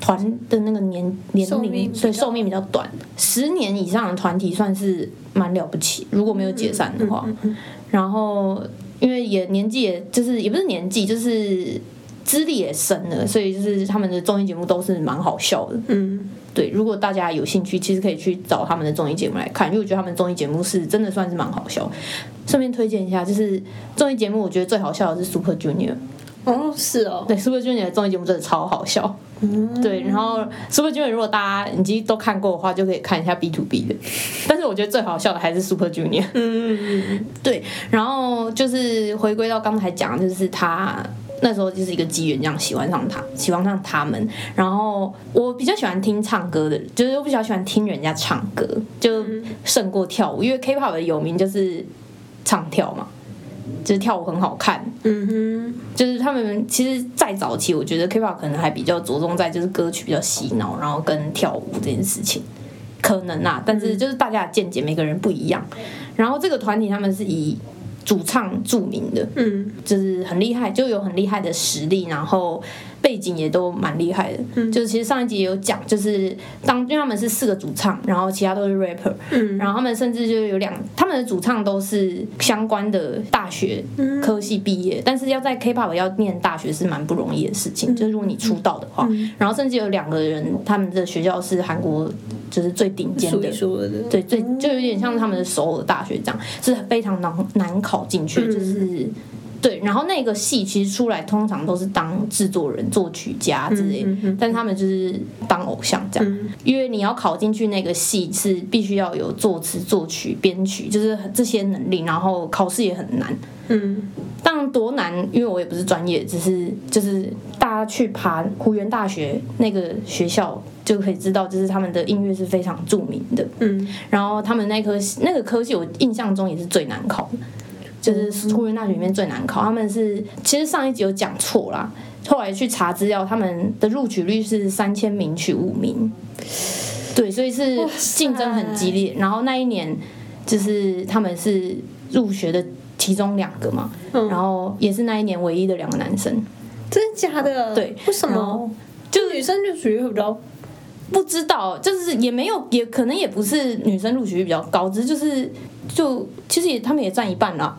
[SPEAKER 1] 团的那个年年
[SPEAKER 2] 嗯寿
[SPEAKER 1] 龄
[SPEAKER 2] 命，
[SPEAKER 1] 所以
[SPEAKER 2] 比较
[SPEAKER 1] 寿命比较短，十年以上的团体算是蛮了不起，如果没有解散的话。
[SPEAKER 2] 嗯
[SPEAKER 1] 然后因为也年纪也就是也不是年纪，就是资历也深了，所以就是他们的综艺节目都是蛮好笑的。
[SPEAKER 2] 嗯
[SPEAKER 1] 对，如果大家有兴趣，其实可以去找他们的综艺节目来看，因为我觉得他们综艺节目是真的算是蛮好笑。顺便推荐一下，就是综艺节目，我觉得最好笑的是 Super Junior，
[SPEAKER 2] 哦是哦，
[SPEAKER 1] 对 Super Junior 的综艺节目真的超好笑。
[SPEAKER 2] 嗯
[SPEAKER 1] 对，然后 Super Junior 如果大家已经都看过的话，就可以看一下 B to B 的，但是我觉得最好笑的还是 Super Junior。
[SPEAKER 2] 嗯
[SPEAKER 1] 对，然后就是回归到刚才讲，就是他那时候就是一个机缘，这样喜欢上他，喜欢上他们。然后我比较喜欢听唱歌的，就是我比较喜欢听人家唱歌，就胜过跳舞，因为 K-pop 的有名就是唱跳嘛，就是跳舞很好看，
[SPEAKER 2] 嗯哼
[SPEAKER 1] 就是他们其实，在早期，我觉得 K-pop 可能还比较着重在就是歌曲比较洗脑，然后跟跳舞这件事情，可能啦。但是就是大家的见解，每个人不一样。然后这个团体他们是以主唱著名的，
[SPEAKER 2] 嗯
[SPEAKER 1] 就是很厉害，就有很厉害的实力，然后被背景也都蛮厉害的。
[SPEAKER 2] 嗯
[SPEAKER 1] 就是其实上一集也有讲，就是当因为他们是四个主唱，然后其他都是 rapper，
[SPEAKER 2] 嗯，
[SPEAKER 1] 然后他们甚至就有两，他们的主唱都是相关的大学
[SPEAKER 2] 嗯
[SPEAKER 1] 科系毕业，但是要在 K-pop 要念大学是蛮不容易的事情，就是如果你出道的话，
[SPEAKER 2] 嗯
[SPEAKER 1] 然后甚至有两个人，他们的学校是韩国就是最顶尖
[SPEAKER 2] 数
[SPEAKER 1] 的
[SPEAKER 2] 一。数二的，
[SPEAKER 1] 对，最就有点像他们的首尔大学这样，是非常难难考进去，
[SPEAKER 2] 嗯
[SPEAKER 1] 就是对。然后那个系其实出来通常都是当制作人、作曲家之类的，
[SPEAKER 2] 嗯嗯嗯
[SPEAKER 1] 但他们就是当偶像这样。
[SPEAKER 2] 嗯
[SPEAKER 1] 因为你要考进去那个系是必须要有作词、作曲、编曲，就是这些能力，然后考试也很难。
[SPEAKER 2] 嗯
[SPEAKER 1] 当然多难，因为我也不是专业，只是就是大家去爬湖源大学那个学校就可以知道，就是他们的音乐是非常著名的。
[SPEAKER 2] 嗯，
[SPEAKER 1] 然后他们那科系那个科系，我印象中也是最难考的，
[SPEAKER 2] 嗯
[SPEAKER 1] 就是湖源大学里面最难考。他们是其实上一集有讲错啦，后来去查资料，他们的录取率是三千名取五名，对，所以是
[SPEAKER 2] 哇塞
[SPEAKER 1] 竞争很激烈。然后那一年就是他们是入学的其中两个嘛，
[SPEAKER 2] 嗯
[SPEAKER 1] 然后也是那一年唯一的两个男生，
[SPEAKER 2] 真的假的？
[SPEAKER 1] 对
[SPEAKER 2] 为什
[SPEAKER 1] 然后
[SPEAKER 2] 么？就女生就属于比较
[SPEAKER 1] 不知道，就是也没有，也可能也不是女生录取率比较高，只是就是就其实也他们也占一半啦，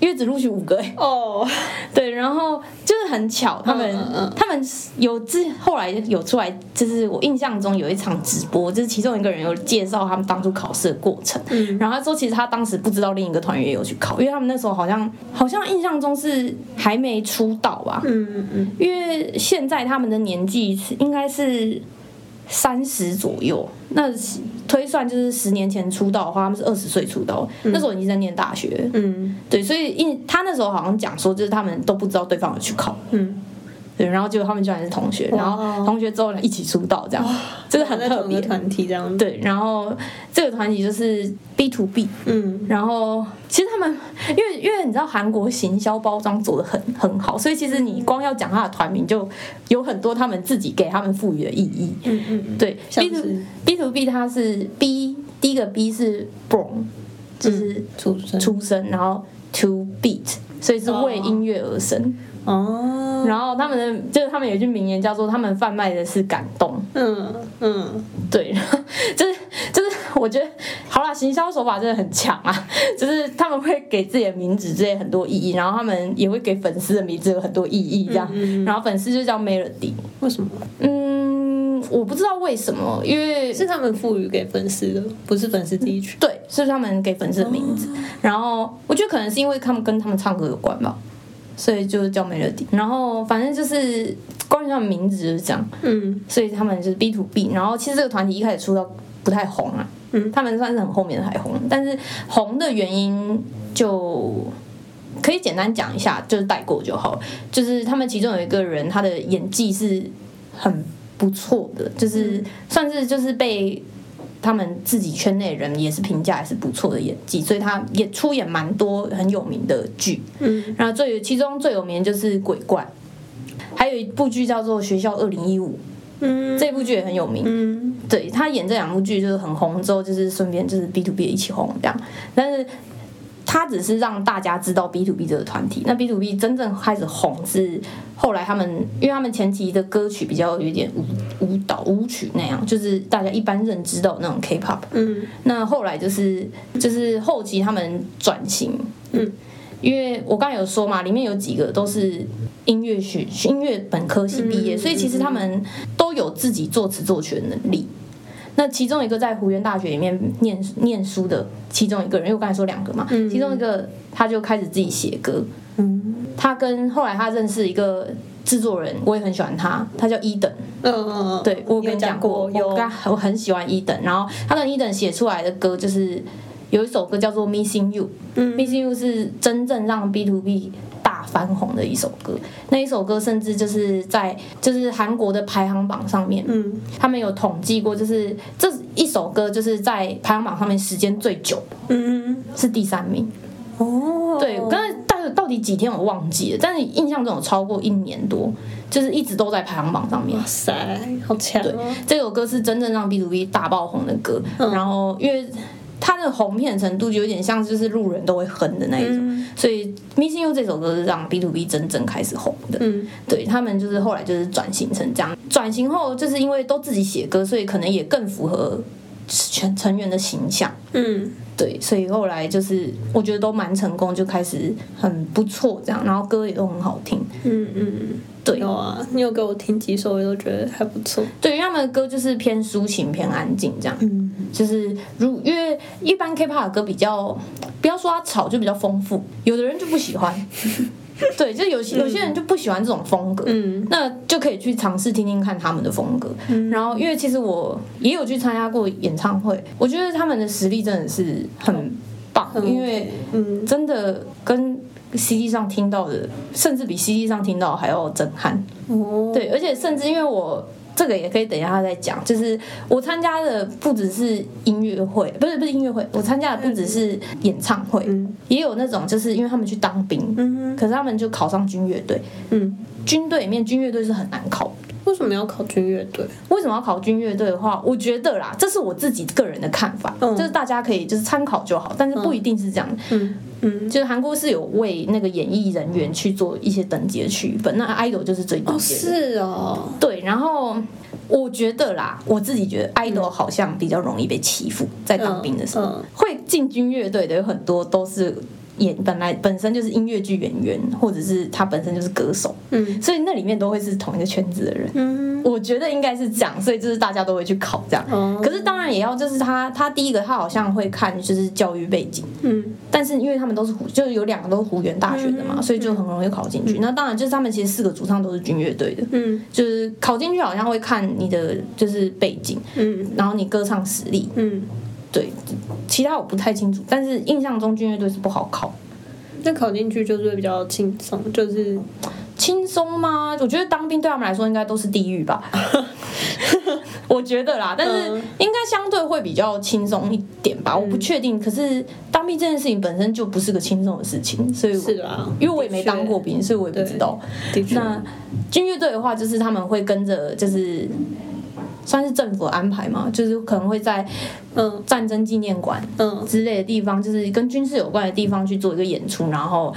[SPEAKER 1] 因为只录取五个、欸，
[SPEAKER 2] 哦，
[SPEAKER 1] 对，然后就是很巧，他们、
[SPEAKER 2] 嗯嗯
[SPEAKER 1] 他们有之后来有出来，就是我印象中有一场直播，就是其中一个人有介绍他们当初考试的过程，
[SPEAKER 2] 嗯
[SPEAKER 1] 然后他说其实他当时不知道另一个团员也有去考，因为他们那时候好像好像印象中是还没出道吧，
[SPEAKER 2] 嗯嗯
[SPEAKER 1] 因为现在他们的年纪是应该是三十左右，那推算就是十年前出道的话，他们是二十岁出道，那时候已经在念大学了，
[SPEAKER 2] 嗯
[SPEAKER 1] 对，所以因他那时候好像讲说，就是他们都不知道对方有去考，
[SPEAKER 2] 嗯，
[SPEAKER 1] 对，然后结果他们居然是同学，
[SPEAKER 2] 哇
[SPEAKER 1] 然后同学之后一起出道，这样，这个很
[SPEAKER 2] 在
[SPEAKER 1] 特
[SPEAKER 2] 同一
[SPEAKER 1] 别
[SPEAKER 2] 个。团体这样，，
[SPEAKER 1] 对，然后这个团体就是 B to B，
[SPEAKER 2] 嗯
[SPEAKER 1] 然后其实他们，因为因为你知道韩国行销包装做的很很好，所以其实你光要讲他的团名，就有很多他们自己给他们赋予的意义。
[SPEAKER 2] 嗯嗯，
[SPEAKER 1] 对
[SPEAKER 2] 像
[SPEAKER 1] ，B
[SPEAKER 2] 是
[SPEAKER 1] to B to B 它是 B 第一个 B 是 born，就是
[SPEAKER 2] 出生
[SPEAKER 1] 出生，然后 to beat，所以是为音乐而生。
[SPEAKER 2] 哦，
[SPEAKER 1] 然后他们的就是他们有一句名言叫做“他们贩卖的是感动”，
[SPEAKER 2] 嗯嗯，
[SPEAKER 1] 对， 然后就是就是，我觉得好啦，行销手法真的很强啊，就是他们会给自己的名字之类很多意义，然后他们也会给粉丝的名字有很多意义，这样，
[SPEAKER 2] 嗯嗯
[SPEAKER 1] 然后粉丝就叫 Melody，
[SPEAKER 2] 为什么？
[SPEAKER 1] 嗯，我不知道为什么，因为
[SPEAKER 2] 是他们赋予给粉丝的，不是粉丝自己取。
[SPEAKER 1] 对，是他们给粉丝的名
[SPEAKER 2] 哦
[SPEAKER 1] 字，然后我觉得可能是因为他们跟他们唱歌有关吧，所以就叫 Melody，然后反正就是关于他们名字就是这样，
[SPEAKER 2] 嗯
[SPEAKER 1] 所以他们就是 B to B。然后其实这个团体一开始出道不太红啊，
[SPEAKER 2] 嗯
[SPEAKER 1] 他们算是很后面才红，但是红的原因就可以简单讲一下，就是带过就好了。就是他们其中有一个人，他的演技是很不错的，就是、算是就是被。他们自己圈内人也是评价也是不错的演技，所以他也出演蛮多很有名的剧，
[SPEAKER 2] 嗯
[SPEAKER 1] 然后最其中最有名的就是《鬼怪》，还有一部剧叫做《学校二零一五》，
[SPEAKER 2] 嗯
[SPEAKER 1] 这部剧也很有名。
[SPEAKER 2] 嗯
[SPEAKER 1] 对他演这两部剧就是很红之后，就是顺便就是 B to B 一起红这样，但是。他只是让大家知道 B to B 这个团体，那 B to B 真正开始红是后来他们，因为他们前期的歌曲比较有一点舞舞蹈舞曲那样，就是大家一般认知到的那种 K-pop，
[SPEAKER 2] 嗯
[SPEAKER 1] 那后来就是就是后期他们转型，
[SPEAKER 2] 嗯，
[SPEAKER 1] 因为我刚才有说嘛，里面有几个都是音乐学音乐本科系毕业，
[SPEAKER 2] 嗯
[SPEAKER 1] 所以其实他们都有自己作词作曲的能力。那其中一个在湖源大学里面念念书的其中一个人，因为我刚才说两个嘛，
[SPEAKER 2] 嗯
[SPEAKER 1] 其中一个他就开始自己写歌，
[SPEAKER 2] 嗯
[SPEAKER 1] 他跟后来他认识一个制作人，我也很喜欢他，他叫伊等，
[SPEAKER 2] 嗯，
[SPEAKER 1] 对，我有跟
[SPEAKER 2] 有
[SPEAKER 1] 你
[SPEAKER 2] 讲
[SPEAKER 1] 讲过，
[SPEAKER 2] 有
[SPEAKER 1] 我刚我很喜欢伊等，然后他跟伊等写出来的歌就是有一首歌叫做《Missing You》，Missing
[SPEAKER 2] 嗯
[SPEAKER 1] You 是真正让 B to B 大翻红的一首歌，那一首歌甚至就是在就是韩国的排行榜上面，
[SPEAKER 2] 嗯
[SPEAKER 1] 他们有统计过，就是这一首歌就是在排行榜上面时间最久
[SPEAKER 2] 嗯
[SPEAKER 1] 是第三名，
[SPEAKER 2] 哦，
[SPEAKER 1] 对，我刚才到到底几天我忘记了，但是印象中有超过一年多，就是一直都在排行榜上面
[SPEAKER 2] 哇。塞，好强哦，嗯
[SPEAKER 1] 这首歌是真正让 B to B 大爆红的歌，然后因为它的红遍程度有点像就是路人都会哼的那一种，
[SPEAKER 2] 嗯
[SPEAKER 1] 所以 Missing You 这首歌是让 B to B 真正开始红的。
[SPEAKER 2] 嗯
[SPEAKER 1] 对他们就是后来就是转型成这样，转型后就是因为都自己写歌，所以可能也更符合全成员的形象。
[SPEAKER 2] 嗯
[SPEAKER 1] 对，所以后来就是我觉得都蛮成功，就开始很不错这样，然后歌也都很好听。
[SPEAKER 2] 嗯嗯，
[SPEAKER 1] 对
[SPEAKER 2] 有啊，你有给我听几首，我都觉得还不错。
[SPEAKER 1] 对，因为他们的歌就是偏抒情、偏安静这样。
[SPEAKER 2] 嗯
[SPEAKER 1] 就是如因为一般 K-pop 的歌比较，不要说它吵，就比较丰富，有的人就不喜 欢。对，就有些有些人就不喜欢这种风格。
[SPEAKER 2] 嗯
[SPEAKER 1] 那就可以去尝试听听看他们的风格。然后，因为其实我也有去参加过演唱会，我觉得他们的实力真的是很棒，
[SPEAKER 2] 很
[SPEAKER 1] 因为
[SPEAKER 2] 嗯，
[SPEAKER 1] 真的跟 CD 上听到的，甚至比 CD 上听到的还要震撼。
[SPEAKER 2] 哦，
[SPEAKER 1] 对，而且甚至因为我。这个也可以等一下再讲，就是我参加的不只是音乐会，不是不是音乐会，我参加的不只是演唱会，
[SPEAKER 2] 嗯
[SPEAKER 1] 也有那种就是因为他们去当兵，
[SPEAKER 2] 嗯
[SPEAKER 1] 可是他们就考上军乐队，
[SPEAKER 2] 嗯，
[SPEAKER 1] 军队里面军乐队是很难考的
[SPEAKER 2] 为什么要考军乐队？
[SPEAKER 1] 为什么要考军乐队的话，我觉得啦，这是我自己个人的看法，
[SPEAKER 2] 嗯
[SPEAKER 1] 就是大家可以就是参考就好，但是不一定是这样。
[SPEAKER 2] 嗯嗯，
[SPEAKER 1] 就是韩国是有为那个演艺人员去做一些等级的区分，那 idol 就是最低
[SPEAKER 2] 哦
[SPEAKER 1] 阶的。
[SPEAKER 2] 是哦，
[SPEAKER 1] 对，然后我觉得啦，我自己觉得 idol 好像比较容易被欺负，在当兵的时候，
[SPEAKER 2] 嗯
[SPEAKER 1] 会进军乐队的有很多都是演本来本身就是音乐剧演员，或者是他本身就是歌手，
[SPEAKER 2] 嗯
[SPEAKER 1] 所以那里面都会是同一个圈子的人。
[SPEAKER 2] 嗯
[SPEAKER 1] 我觉得应该是这样，所以就是大家都会去考这样。
[SPEAKER 2] 哦
[SPEAKER 1] 可是当然也要，就是他他第一个他好像会看就是教育背景，
[SPEAKER 2] 嗯
[SPEAKER 1] 但是因为他们都是湖，就是有两个都是湖源大学的嘛，
[SPEAKER 2] 嗯
[SPEAKER 1] 所以就很容易考进去。那当然就是他们其实四个主唱都是军乐队的，
[SPEAKER 2] 嗯
[SPEAKER 1] 就是考进去好像会看你的就是背景，
[SPEAKER 2] 嗯
[SPEAKER 1] 然后你歌唱实力，
[SPEAKER 2] 嗯，
[SPEAKER 1] 对，其他我不太清楚，但是印象中军乐队是不好考。
[SPEAKER 2] 那考进去就是会比较轻松，就是
[SPEAKER 1] 轻松吗？我觉得当兵对他们来说应该都是地狱 吧，我觉得啦，但是
[SPEAKER 2] 嗯
[SPEAKER 1] 应该相对会比较轻松一点吧，我不确定。可是当兵这件事情本身就不是个轻松的事情，所以我
[SPEAKER 2] 是啦，
[SPEAKER 1] 因为我也没当过兵，所以我也不知道。
[SPEAKER 2] 的确，
[SPEAKER 1] 那军乐队的话，就是他们会跟着就是。算是政府安排嘛，就是可能会在
[SPEAKER 2] 嗯
[SPEAKER 1] 战争纪念馆
[SPEAKER 2] 嗯
[SPEAKER 1] 之类的地方，就是跟军事有关的地方去做一个演出，然后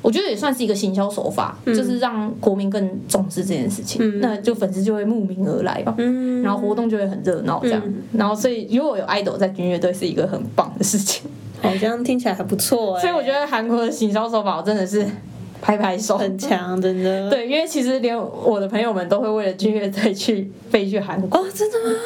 [SPEAKER 1] 我觉得也算是一个行销手法，就是让国民更重视这件事情，
[SPEAKER 2] 嗯
[SPEAKER 1] 那就粉丝就会慕名而来吧。
[SPEAKER 2] 嗯，
[SPEAKER 1] 然后活动就会很热闹，这样。然后，所以如果有 idol 在军乐队是一个很棒的事情。
[SPEAKER 2] 好像听起来还不错哎，
[SPEAKER 1] 所以我觉得韩国的行销手法，我真的是拍拍手。
[SPEAKER 2] 欸很强，真的。
[SPEAKER 1] 对，因为其实连我的朋友们都会为了军乐队去飞去韩国。
[SPEAKER 2] 哦，真的吗？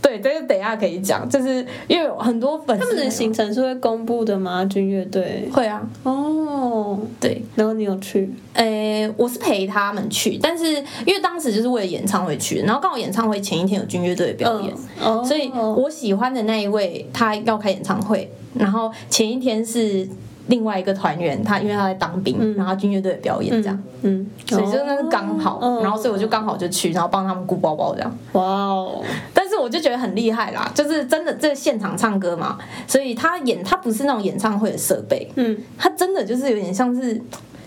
[SPEAKER 1] 对，这个等一下可以讲，就是因为有很多粉丝
[SPEAKER 2] 他们的行程是会公布的吗？军乐队
[SPEAKER 1] 会啊，
[SPEAKER 2] 哦，
[SPEAKER 1] 对，
[SPEAKER 2] 然后你有去？
[SPEAKER 1] 诶、呃我是陪他们去，但是因为当时就是为了演唱会去，然后刚好演唱会前一天有军乐队的表演，
[SPEAKER 2] 哦，
[SPEAKER 1] 所以我喜欢的那一位他要开演唱会，然后前一天是另外一个团员，他因为他在当兵，然后军乐队的表演这样，
[SPEAKER 2] 嗯，
[SPEAKER 1] 所以就那是刚好，
[SPEAKER 2] 哦
[SPEAKER 1] 然后所以我就刚好就去，然后帮他们顾包包这样。
[SPEAKER 2] 哇哦，
[SPEAKER 1] 但是我就觉得很厉害啦，就是真的这个现场唱歌嘛，所以他演他不是那种演唱会的设备，
[SPEAKER 2] 嗯
[SPEAKER 1] 它真的就是有点像是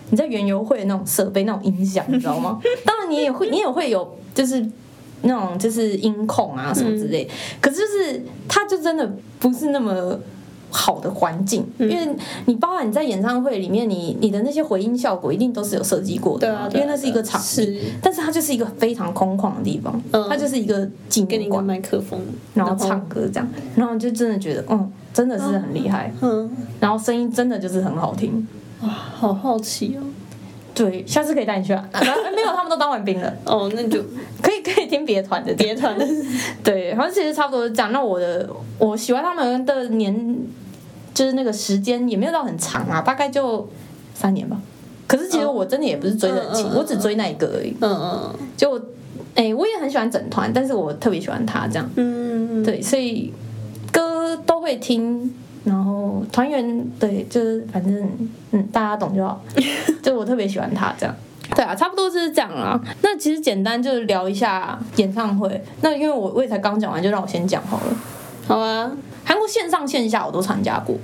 [SPEAKER 1] 你在园游会的那种设备、那种音响，你知道 吗？当然你也会，你也会有就是那种就是音控啊什么之
[SPEAKER 2] 嗯
[SPEAKER 1] 类，可是就是它就真的不是那么。好的环境，
[SPEAKER 2] 嗯
[SPEAKER 1] 因为你包含你在演唱会里面，你你的那些回音效果一定都是有设计过的
[SPEAKER 2] 对
[SPEAKER 1] 嘛，
[SPEAKER 2] 啊，
[SPEAKER 1] 因
[SPEAKER 2] 对啊
[SPEAKER 1] 为那是一个场地，
[SPEAKER 2] 是
[SPEAKER 1] 但是它就是一个非常空旷的地方，
[SPEAKER 2] 嗯
[SPEAKER 1] 它就是一个景
[SPEAKER 2] 给你一个
[SPEAKER 1] 观，
[SPEAKER 2] 麦克风，
[SPEAKER 1] 然后唱，歌这样，然后就真的觉得，嗯，真的是很厉害，
[SPEAKER 2] 嗯，
[SPEAKER 1] 然后声音真的就是很好听，
[SPEAKER 2] 哇，好好奇哦。
[SPEAKER 1] 对，下次可以带你去 啊。啊没有，他们都当完兵了，
[SPEAKER 2] 哦，那 就
[SPEAKER 1] 可以 可以听别团的。
[SPEAKER 2] 别团的，
[SPEAKER 1] 对，好像其实差不多是这样。那我的我喜欢他们的年，就是那个时间也没有到很长啊，大概就三年吧。可是其实我真的也不是追得很勤，
[SPEAKER 2] 嗯嗯嗯
[SPEAKER 1] 我只追那一个而已。
[SPEAKER 2] 嗯
[SPEAKER 1] 就我，哎、我也很喜欢整团，但是我特别喜欢他这样。
[SPEAKER 2] 嗯，
[SPEAKER 1] 对，所以歌都会听，然后团员对，就是反正嗯，大家懂就 好。就我特别喜欢他这样。对啊，差不多就是这样啦。那其实简单就是聊一下演唱会。那因为我我也才刚讲完，就让我先讲好了。
[SPEAKER 2] 好啊。
[SPEAKER 1] 韩国线上线下我都参加过，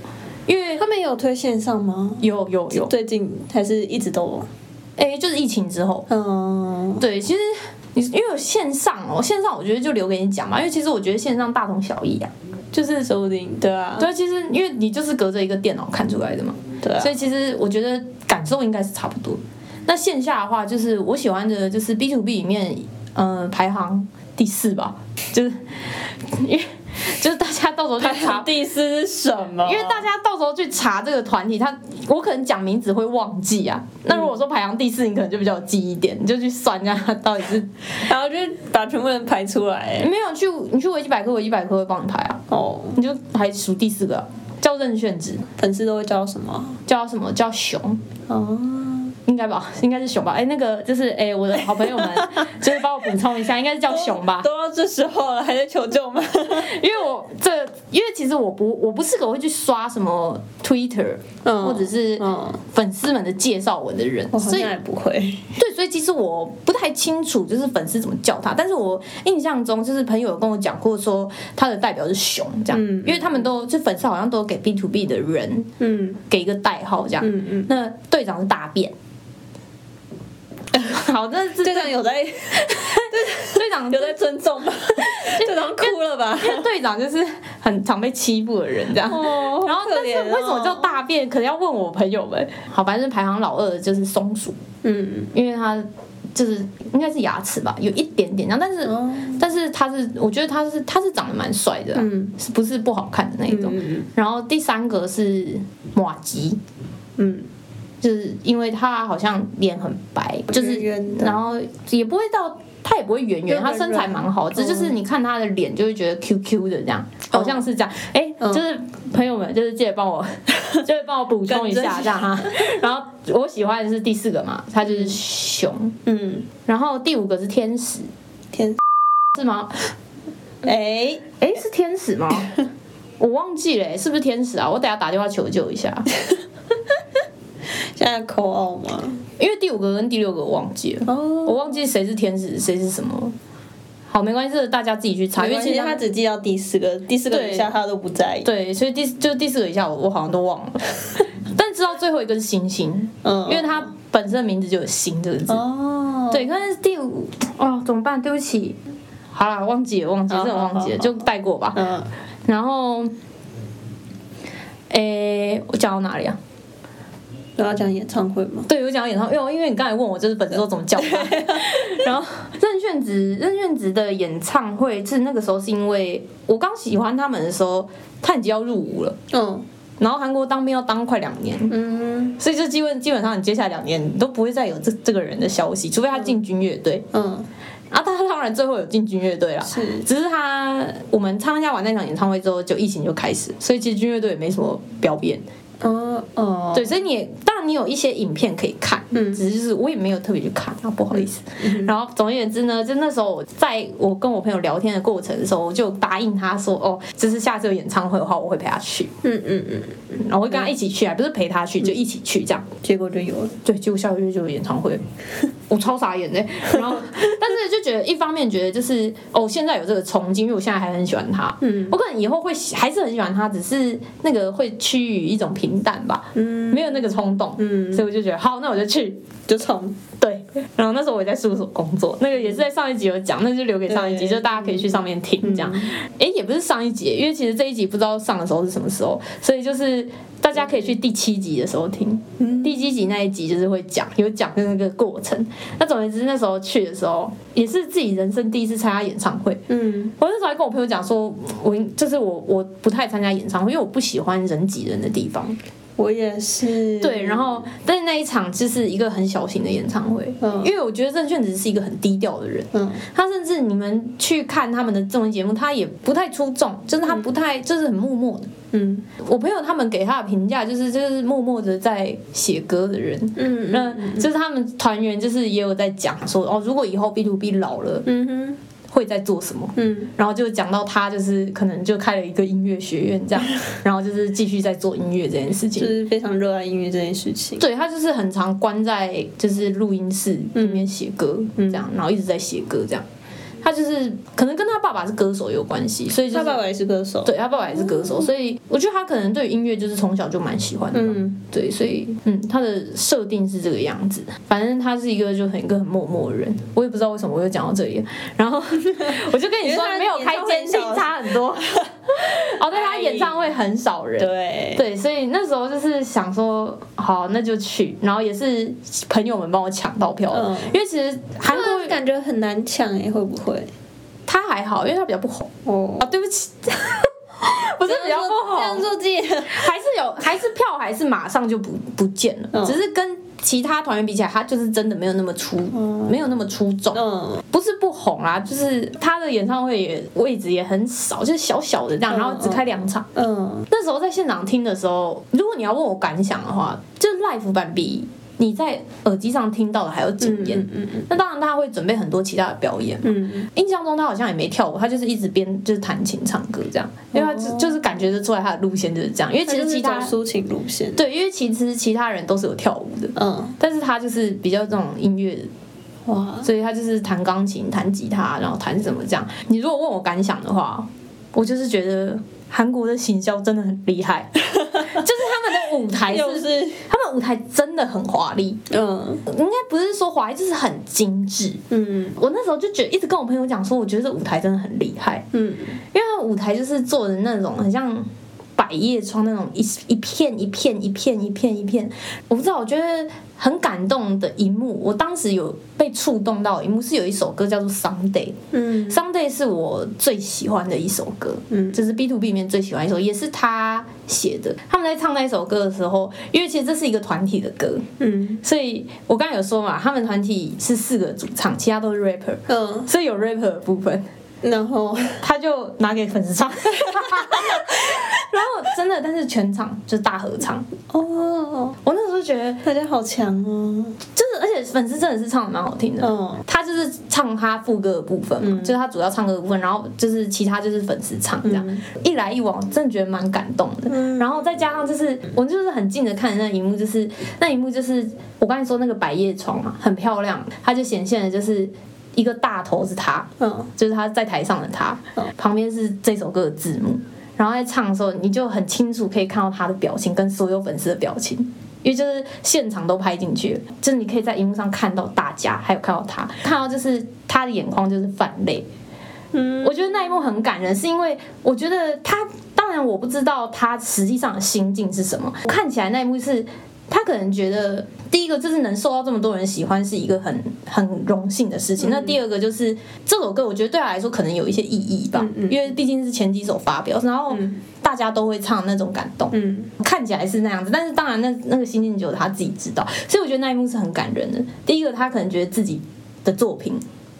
[SPEAKER 1] 因为
[SPEAKER 2] 他们有推线上吗？
[SPEAKER 1] 有有有，
[SPEAKER 2] 最近还是一直都，
[SPEAKER 1] 哎、就是疫情之后，
[SPEAKER 2] 嗯
[SPEAKER 1] 对，其实你因为有线上哦，线上我觉得就留给你讲嘛，因为其实我觉得线上大同小异啊。就是
[SPEAKER 2] 说不定对啊，
[SPEAKER 1] 对，其实因为你就是隔着一个电脑看出来的嘛，
[SPEAKER 2] 对啊，
[SPEAKER 1] 所以其实我觉得感受应该是差不多。那线下的话，就是我喜欢的就是 B to B 里面，嗯、排行第四吧，就是 因为就是大家到时候去 查，
[SPEAKER 2] 第四是什么？
[SPEAKER 1] 因为大家到时候去查这个团体，他我可能讲名字会忘记啊。那如果说排行第四，你可能就比较有记忆点，你就去算一下他到底是
[SPEAKER 2] 然后就是把全部人排出来。
[SPEAKER 1] 没有去你去维基百科，维基百科会帮你排啊，
[SPEAKER 2] 哦，
[SPEAKER 1] 你就排数第四个啊、叫任炫子，
[SPEAKER 2] 粉丝都会叫什么？
[SPEAKER 1] 叫什么叫熊，
[SPEAKER 2] 哦，
[SPEAKER 1] 应该吧，应该是熊吧。哎、那个就是哎、我的好朋 友们，就是帮我补充一下，应该是
[SPEAKER 2] 哦
[SPEAKER 1] 叫熊吧，
[SPEAKER 2] 都到这时候了，还在求救 吗？
[SPEAKER 1] 因为我这，因为其实我不我不是个会去刷什么 Twitter
[SPEAKER 2] 嗯
[SPEAKER 1] 或者是
[SPEAKER 2] 嗯哦
[SPEAKER 1] 粉丝们的介绍文的人，
[SPEAKER 2] 我好
[SPEAKER 1] 所
[SPEAKER 2] 像
[SPEAKER 1] 以
[SPEAKER 2] 也不会。
[SPEAKER 1] 对，所以其实我不太清楚就是粉丝怎么叫他，但是我印象中就是朋友有跟我讲过说他的代表是熊这样，
[SPEAKER 2] 嗯
[SPEAKER 1] 因为他们都就粉丝好像都给 B to B 的人
[SPEAKER 2] 嗯
[SPEAKER 1] 给一个代号这样，
[SPEAKER 2] 嗯嗯，
[SPEAKER 1] 那队长是大便。 好，那是
[SPEAKER 2] 队长 有在
[SPEAKER 1] 队长
[SPEAKER 2] 有在尊重 吗？队长哭了吧？
[SPEAKER 1] 因为队长就是很常被欺负的人这样。
[SPEAKER 2] 哦
[SPEAKER 1] 然后，但是为什么叫
[SPEAKER 2] 就？
[SPEAKER 1] 大便？可能要问我朋友们。好，反正排行老二的就是松鼠，
[SPEAKER 2] 嗯，
[SPEAKER 1] 因为它就是应该是牙齿吧，有一点点这样，但是、
[SPEAKER 2] 哦
[SPEAKER 1] 但是它是，我觉得它是它是长得蛮帅的、啊，
[SPEAKER 2] 嗯
[SPEAKER 1] 是不是不好看的那一种？
[SPEAKER 2] 嗯
[SPEAKER 1] 然后第三个是马吉，
[SPEAKER 2] 嗯，
[SPEAKER 1] 就是因为他好像脸很白，就是
[SPEAKER 2] 圆圆的
[SPEAKER 1] 然后也不会到，他也不会圆
[SPEAKER 2] 圆嗯
[SPEAKER 1] 圆，
[SPEAKER 2] 圆
[SPEAKER 1] 他身材蛮好，只是就是你看他的脸就会觉得 Q Q 的这样，好像是这样。哎，
[SPEAKER 2] 哦嗯
[SPEAKER 1] 就是朋友们，就是记得帮 我，就是帮我补充一
[SPEAKER 2] 更
[SPEAKER 1] 下
[SPEAKER 2] 正
[SPEAKER 1] 这样哈。然后我喜欢的是第四个嘛，他就是熊，
[SPEAKER 2] 嗯，
[SPEAKER 1] 然后第五个是天使，
[SPEAKER 2] 天，
[SPEAKER 1] 是吗？
[SPEAKER 2] 哎，
[SPEAKER 1] 哎，是天使 吗？我忘记了、是不是天使啊？我等下打电话求救一下，
[SPEAKER 2] 现在扣奥吗？
[SPEAKER 1] 因为第五个跟第六个我忘记了。
[SPEAKER 2] 哦，
[SPEAKER 1] 我忘记谁是天使，谁是什么了。好，没关系，这个大家自己去查，因
[SPEAKER 2] 因
[SPEAKER 1] 为
[SPEAKER 2] 为
[SPEAKER 1] 其
[SPEAKER 2] 其
[SPEAKER 1] 实
[SPEAKER 2] 实
[SPEAKER 1] 他
[SPEAKER 2] 他只记到第四个，第四个以下他都不在意。，
[SPEAKER 1] 对，所以第就第四个以下我，我好像都忘了， 但知道最后一个是星星，
[SPEAKER 2] 嗯，
[SPEAKER 1] 因为它本身的名字就有星这个字。
[SPEAKER 2] 哦，
[SPEAKER 1] 对，但是第五哦，怎么办？对不起，好啦，忘记了，忘记了，
[SPEAKER 2] 好
[SPEAKER 1] 真的忘记了，
[SPEAKER 2] 哦好好
[SPEAKER 1] 就带过吧。
[SPEAKER 2] 嗯，
[SPEAKER 1] 然后，诶、我讲到哪里啊？
[SPEAKER 2] 都要讲演唱会吗？
[SPEAKER 1] 对，有讲到演唱会，因哦为因为你刚才问我就是粉丝都怎么叫他， 然后任炫子任炫子的演唱会是那个时候是因为我刚喜欢他们的时候，他已经要入伍了，
[SPEAKER 2] 嗯
[SPEAKER 1] 然后韩国当兵要当快两年，
[SPEAKER 2] 嗯
[SPEAKER 1] 所以就基本基本上你接下来两年你都不会再有这这个人的消息，除非他进军乐队、
[SPEAKER 2] 嗯，
[SPEAKER 1] 啊，他当然最后有进军乐队啦。
[SPEAKER 2] 是
[SPEAKER 1] 只是他，我们参加完那场演唱会之后，就疫情就开始，所以其实军乐队也没什么表演。
[SPEAKER 2] 哦哦，
[SPEAKER 1] 对，所以你也当然你有一些影片可以看，
[SPEAKER 2] 嗯
[SPEAKER 1] 只是就是我也没有特别去看啊，不好意思。然后总而言之呢，就那时候我在我跟我朋友聊天的过程的时候，我就答应他说，哦，就是下次有演唱会的话，我会陪他去，
[SPEAKER 2] 嗯嗯嗯，
[SPEAKER 1] 然后我会跟他一起去，还啊不是陪他去，就一起去这样。
[SPEAKER 2] 结果就有了。
[SPEAKER 1] 对，结果下个月就有演 唱会，我超傻眼的、然后，但是就觉得一方面觉得就是哦，现在有这个冲劲，因为我现在还很喜欢他，
[SPEAKER 2] 嗯
[SPEAKER 1] 我可能以后会喜还是很喜欢他，只是那个会趋于一种平淡吧，
[SPEAKER 2] 嗯，
[SPEAKER 1] 没有那个冲动，
[SPEAKER 2] 嗯
[SPEAKER 1] 所以我就觉得好，那我就去。
[SPEAKER 2] 就冲，
[SPEAKER 1] 对，然后那时候我也在事务所工作，那个也是在上一集有讲，那就留给上一集，
[SPEAKER 2] 对
[SPEAKER 1] 就大家可以去上面听这样。诶，也不是上一集，因为其实这一集不知道上的时候是什么时候，所以就是大家可以去第七集的时候听，第七集那一集就是会讲有讲的那个过程。那总而言之，那时候去的时候也是自己人生第一次参加演唱会，
[SPEAKER 2] 嗯
[SPEAKER 1] 我那时候还跟我朋友讲说，嗯我就是我我不太参加演唱会，因为我不喜欢人挤人的地方。，
[SPEAKER 2] 我也是。
[SPEAKER 1] 对，然后但是那一场就是一个很小型的演唱会，
[SPEAKER 2] 嗯
[SPEAKER 1] 因为我觉得郑炫子是一个很低调的人，
[SPEAKER 2] 嗯
[SPEAKER 1] 他甚至你们去看他们的综艺节目，他也不太出众，就是他不太、就是很默默的。
[SPEAKER 2] 嗯
[SPEAKER 1] 我朋友他们给他的评价就是就是默默的在写歌的人。
[SPEAKER 2] 嗯
[SPEAKER 1] 那就是他们团员，就是也有在讲说哦，如果以后 B to B 老了
[SPEAKER 2] 嗯哼
[SPEAKER 1] 会在做什么，
[SPEAKER 2] 嗯
[SPEAKER 1] 然后就讲到他就是可能就开了一个音乐学院 这样，然后就是继续在做音乐这件事情
[SPEAKER 2] 就。是非常热爱音乐这件事情。
[SPEAKER 1] 对他就是很常关在就是录音室里面写歌、
[SPEAKER 2] 嗯
[SPEAKER 1] 这样，然后一直在写歌这样。他就是可能跟他爸爸是歌手有关系，所以就是
[SPEAKER 2] 他爸爸也是歌手。
[SPEAKER 1] 对他爸爸也是歌手，所以我觉得他可能对音乐就是从小就蛮喜欢的。
[SPEAKER 2] 嗯
[SPEAKER 1] 对，所以嗯，他的设定是这个样子。反正他是一个就很一个很默默的人，我也 不知道为什么我又讲到这里了。然后我就跟你
[SPEAKER 2] 因为
[SPEAKER 1] 说
[SPEAKER 2] 他，
[SPEAKER 1] 没有开监听差很多。哦，对他演唱会很少人，
[SPEAKER 2] 对，
[SPEAKER 1] 对，所以那时候就是想说，好，那就去，然后也是朋友们帮我抢到票的，
[SPEAKER 2] 嗯
[SPEAKER 1] 因为其实韩国
[SPEAKER 2] 那感觉很难抢哎、会不会？
[SPEAKER 1] 他还好，因为他比较不红
[SPEAKER 2] 哦
[SPEAKER 1] 啊，，对不起， 不是比较不
[SPEAKER 2] 这样
[SPEAKER 1] 红，
[SPEAKER 2] 做自己的
[SPEAKER 1] 还是有，还是票还是马上就不不见了，
[SPEAKER 2] 嗯
[SPEAKER 1] 只是跟其他团员比起来，他就是真的没有那么出，没有那么出众，
[SPEAKER 2] 嗯，
[SPEAKER 1] 不是不红啦，就是他的演唱会也位置也很少，就是小小的这样，
[SPEAKER 2] 嗯
[SPEAKER 1] 然后只开两场。
[SPEAKER 2] 嗯，
[SPEAKER 1] 那时候在现场听的时候，如果你要问我感想的话，就是 live 版比你在耳机上听到的还要惊艳。
[SPEAKER 2] 嗯嗯嗯
[SPEAKER 1] 那当然，他会准备很多其他的表演。
[SPEAKER 2] 嗯，
[SPEAKER 1] 印象中他好像也没跳舞，他就是一直边就是弹琴唱歌这样，因为他就、就是感觉得出来他的路线就是这样。因为其实其他
[SPEAKER 2] 哦它就是走抒情路线，
[SPEAKER 1] 对，因为其实其他人都是有跳舞的，
[SPEAKER 2] 嗯，
[SPEAKER 1] 但是他就是比较这种音乐的
[SPEAKER 2] 哇，
[SPEAKER 1] 所以他就是弹钢琴、弹吉他，然后弹什么这样。你如果问我感想的话，我就是觉得韩国的行销真的很厉害， 就是他们的舞 台
[SPEAKER 2] 又
[SPEAKER 1] 是，
[SPEAKER 2] 是
[SPEAKER 1] 他们舞台真的很华丽，
[SPEAKER 2] 嗯
[SPEAKER 1] 应该不是说华丽，就是很精致。
[SPEAKER 2] 嗯
[SPEAKER 1] 我那时候就觉得，一直跟我朋友讲说，我觉得这舞台真的很厉害，
[SPEAKER 2] 嗯
[SPEAKER 1] 因为他们舞台就是做的那种很像百叶窗那种一一片一片一片一片一片，我不知道，我觉得很感动的一幕，我当时有被触动到的一幕是有一首歌叫做《Someday》
[SPEAKER 2] 嗯
[SPEAKER 1] ，Someday 是我最喜欢的一首歌。
[SPEAKER 2] 嗯
[SPEAKER 1] 就是 B to B 里面最喜欢一首，也是他写的。他们在唱那一首歌的时候，因为其实这是一个团体的歌，
[SPEAKER 2] 嗯
[SPEAKER 1] 所以我刚才有说嘛，他们团体是四个主唱，其他都是 rapper，
[SPEAKER 2] 嗯，
[SPEAKER 1] 所以有 rapper 的部分。
[SPEAKER 2] 然后
[SPEAKER 1] 他就拿给粉丝唱， 然后真的，但是全场就是大合唱。
[SPEAKER 2] 哦，
[SPEAKER 1] 我那时候觉得，
[SPEAKER 2] 大家好强哦，
[SPEAKER 1] 就是而且粉丝真的是唱的蛮好听的。
[SPEAKER 2] 嗯
[SPEAKER 1] 他就是唱他副歌的部分嘛，就是他主要唱歌的部分，然后就是其他就是粉丝唱这样，一来一往，真的觉得蛮感动的。
[SPEAKER 2] 嗯
[SPEAKER 1] 然后再加上就是我就是很近的看那一幕，就是那一幕就是我刚才说那个百叶窗嘛，很漂亮，它就显现了就是一个大头是他，
[SPEAKER 2] 嗯
[SPEAKER 1] 就是他在台上的他，
[SPEAKER 2] 嗯
[SPEAKER 1] 旁边是这首歌的字幕，然后在唱的时候，你就很清楚可以看到他的表情跟所有粉丝的表情，因为就是现场都拍进去了，就是你可以在荧幕上看到大家，还有看到他，看到就是他的眼眶就是泛泪。
[SPEAKER 2] 嗯
[SPEAKER 1] 我觉得那一幕很感人，是因为我觉得他，当然我不知道他实际上的心境是什么，看起来那一幕是。他可能觉得，第一个就是能受到这么多人喜欢是一个很很荣幸的事情。
[SPEAKER 2] 嗯
[SPEAKER 1] 那第二个就是这首歌，我觉得对他来说可能有一些意义吧，
[SPEAKER 2] 嗯嗯
[SPEAKER 1] 因为毕竟是前几首发表，然后
[SPEAKER 2] 嗯
[SPEAKER 1] 大家都会唱那种感动。
[SPEAKER 2] 嗯
[SPEAKER 1] 看起来是那样子，但是当然那那个心境只有他自己知道，所以我觉得那一幕是很感人的。第一个，他可能觉得自己的作品